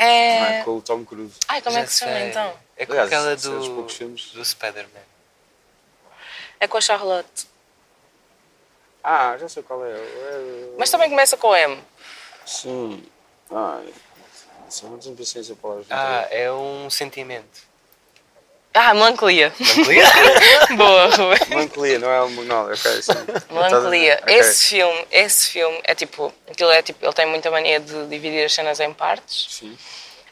Não
É.
é com o Tom Cruise.
Ai, como é
Já
que se chama
sei.
então?
É com
Aliás,
aquela
são os poucos
do.
filmes.
Do Spider-Man.
É com a Charlotte.
Ah, já sei qual é. é...
Mas também começa com M.
Sim. Ah, são muitas impaciência para palavras.
Ah, é um sentimento.
Ah, <laughs> melancolia.
Melancolia?
Boa, Rui.
Melancolia, não é o Magnolia, ok, sim.
<laughs> Melancolia.
Estás a ver?
Esse filme, esse filme é tipo, aquilo é tipo, ele tem muita mania de dividir as cenas em partes.
Sim.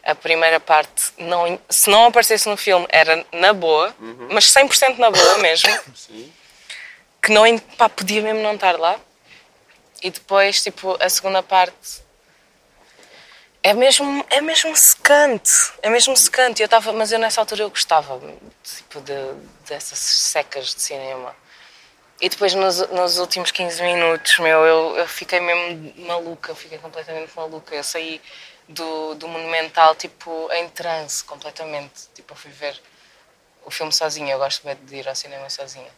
A primeira parte, não, se não aparecesse no filme, era na boa, mas 100% na boa mesmo,
Sim.
que não, en- pá, podia mesmo não estar lá. E depois, tipo, a segunda parte é mesmo, é mesmo secante, é mesmo secante. E Eu estava, mas eu nessa altura eu gostava, tipo, de- dessas secas de cinema. E depois nos, nos últimos 15 minutos, meu, eu, eu fiquei mesmo maluca, eu fiquei completamente maluca. Eu saí do, do Monumental, tipo, em transe, completamente. Tipo, eu fui ver o filme sozinha, eu gosto bué de ir ao cinema sozinha.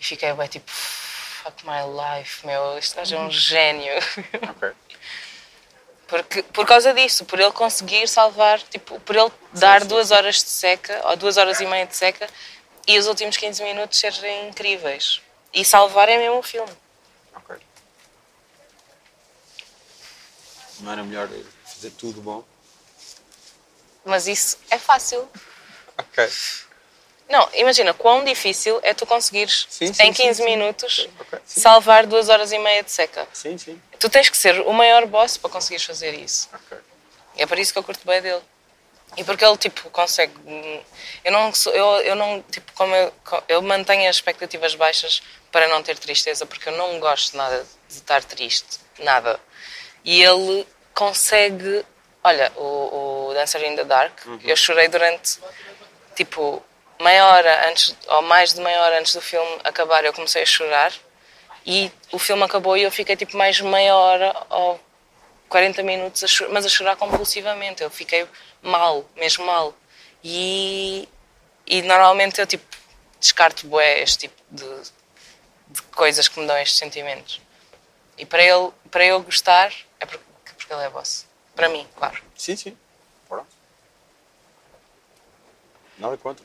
E fiquei bem tipo, fuck my life, meu, este gajo é um gênio. <laughs>
Ok.
Porque, por causa disso, por ele conseguir salvar, tipo, por ele dar duas horas de seca, ou duas horas e meia de seca, e os últimos 15 minutos serem incríveis. E salvar é mesmo o filme.
Ok. Não era melhor fazer tudo bom?
Mas isso é fácil.
Ok.
Não, imagina, quão difícil é tu conseguires,
Sim, sim,
em
sim,
15
sim.
minutos,
Ok, sim.
salvar duas horas e meia de seca.
Sim, sim.
Tu tens que ser o maior boss para conseguires fazer isso.
Ok.
É por isso que eu curto bem dele. E porque ele, tipo, consegue... hum, Eu não, sou- eu, eu não tipo, como eu, co- eu mantenho as expectativas baixas para não ter tristeza, porque eu não gosto nada de estar triste. Nada. E ele consegue... Olha, o, o Dancer in the Dark, eu chorei durante, tipo, meia hora antes, ou mais de meia hora antes do filme acabar, eu comecei a chorar. E o filme acabou e eu fiquei, tipo, mais meia hora ou 40 minutos, a cho- mas a chorar compulsivamente. Eu fiquei mal, mesmo mal. E, e normalmente eu tipo, descarto bué este tipo de, de coisas que me dão estes sentimentos. E para ele, para eu gostar, é porque, porque ele é boss. Para mim, claro.
Sim, sim. Bora. Nada contra.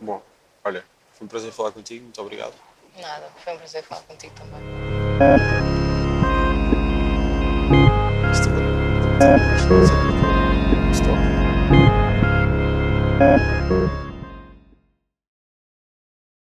Bom, olha, foi um prazer falar contigo, muito obrigado.
Nada, foi um prazer falar contigo também.
Estou. é Estou.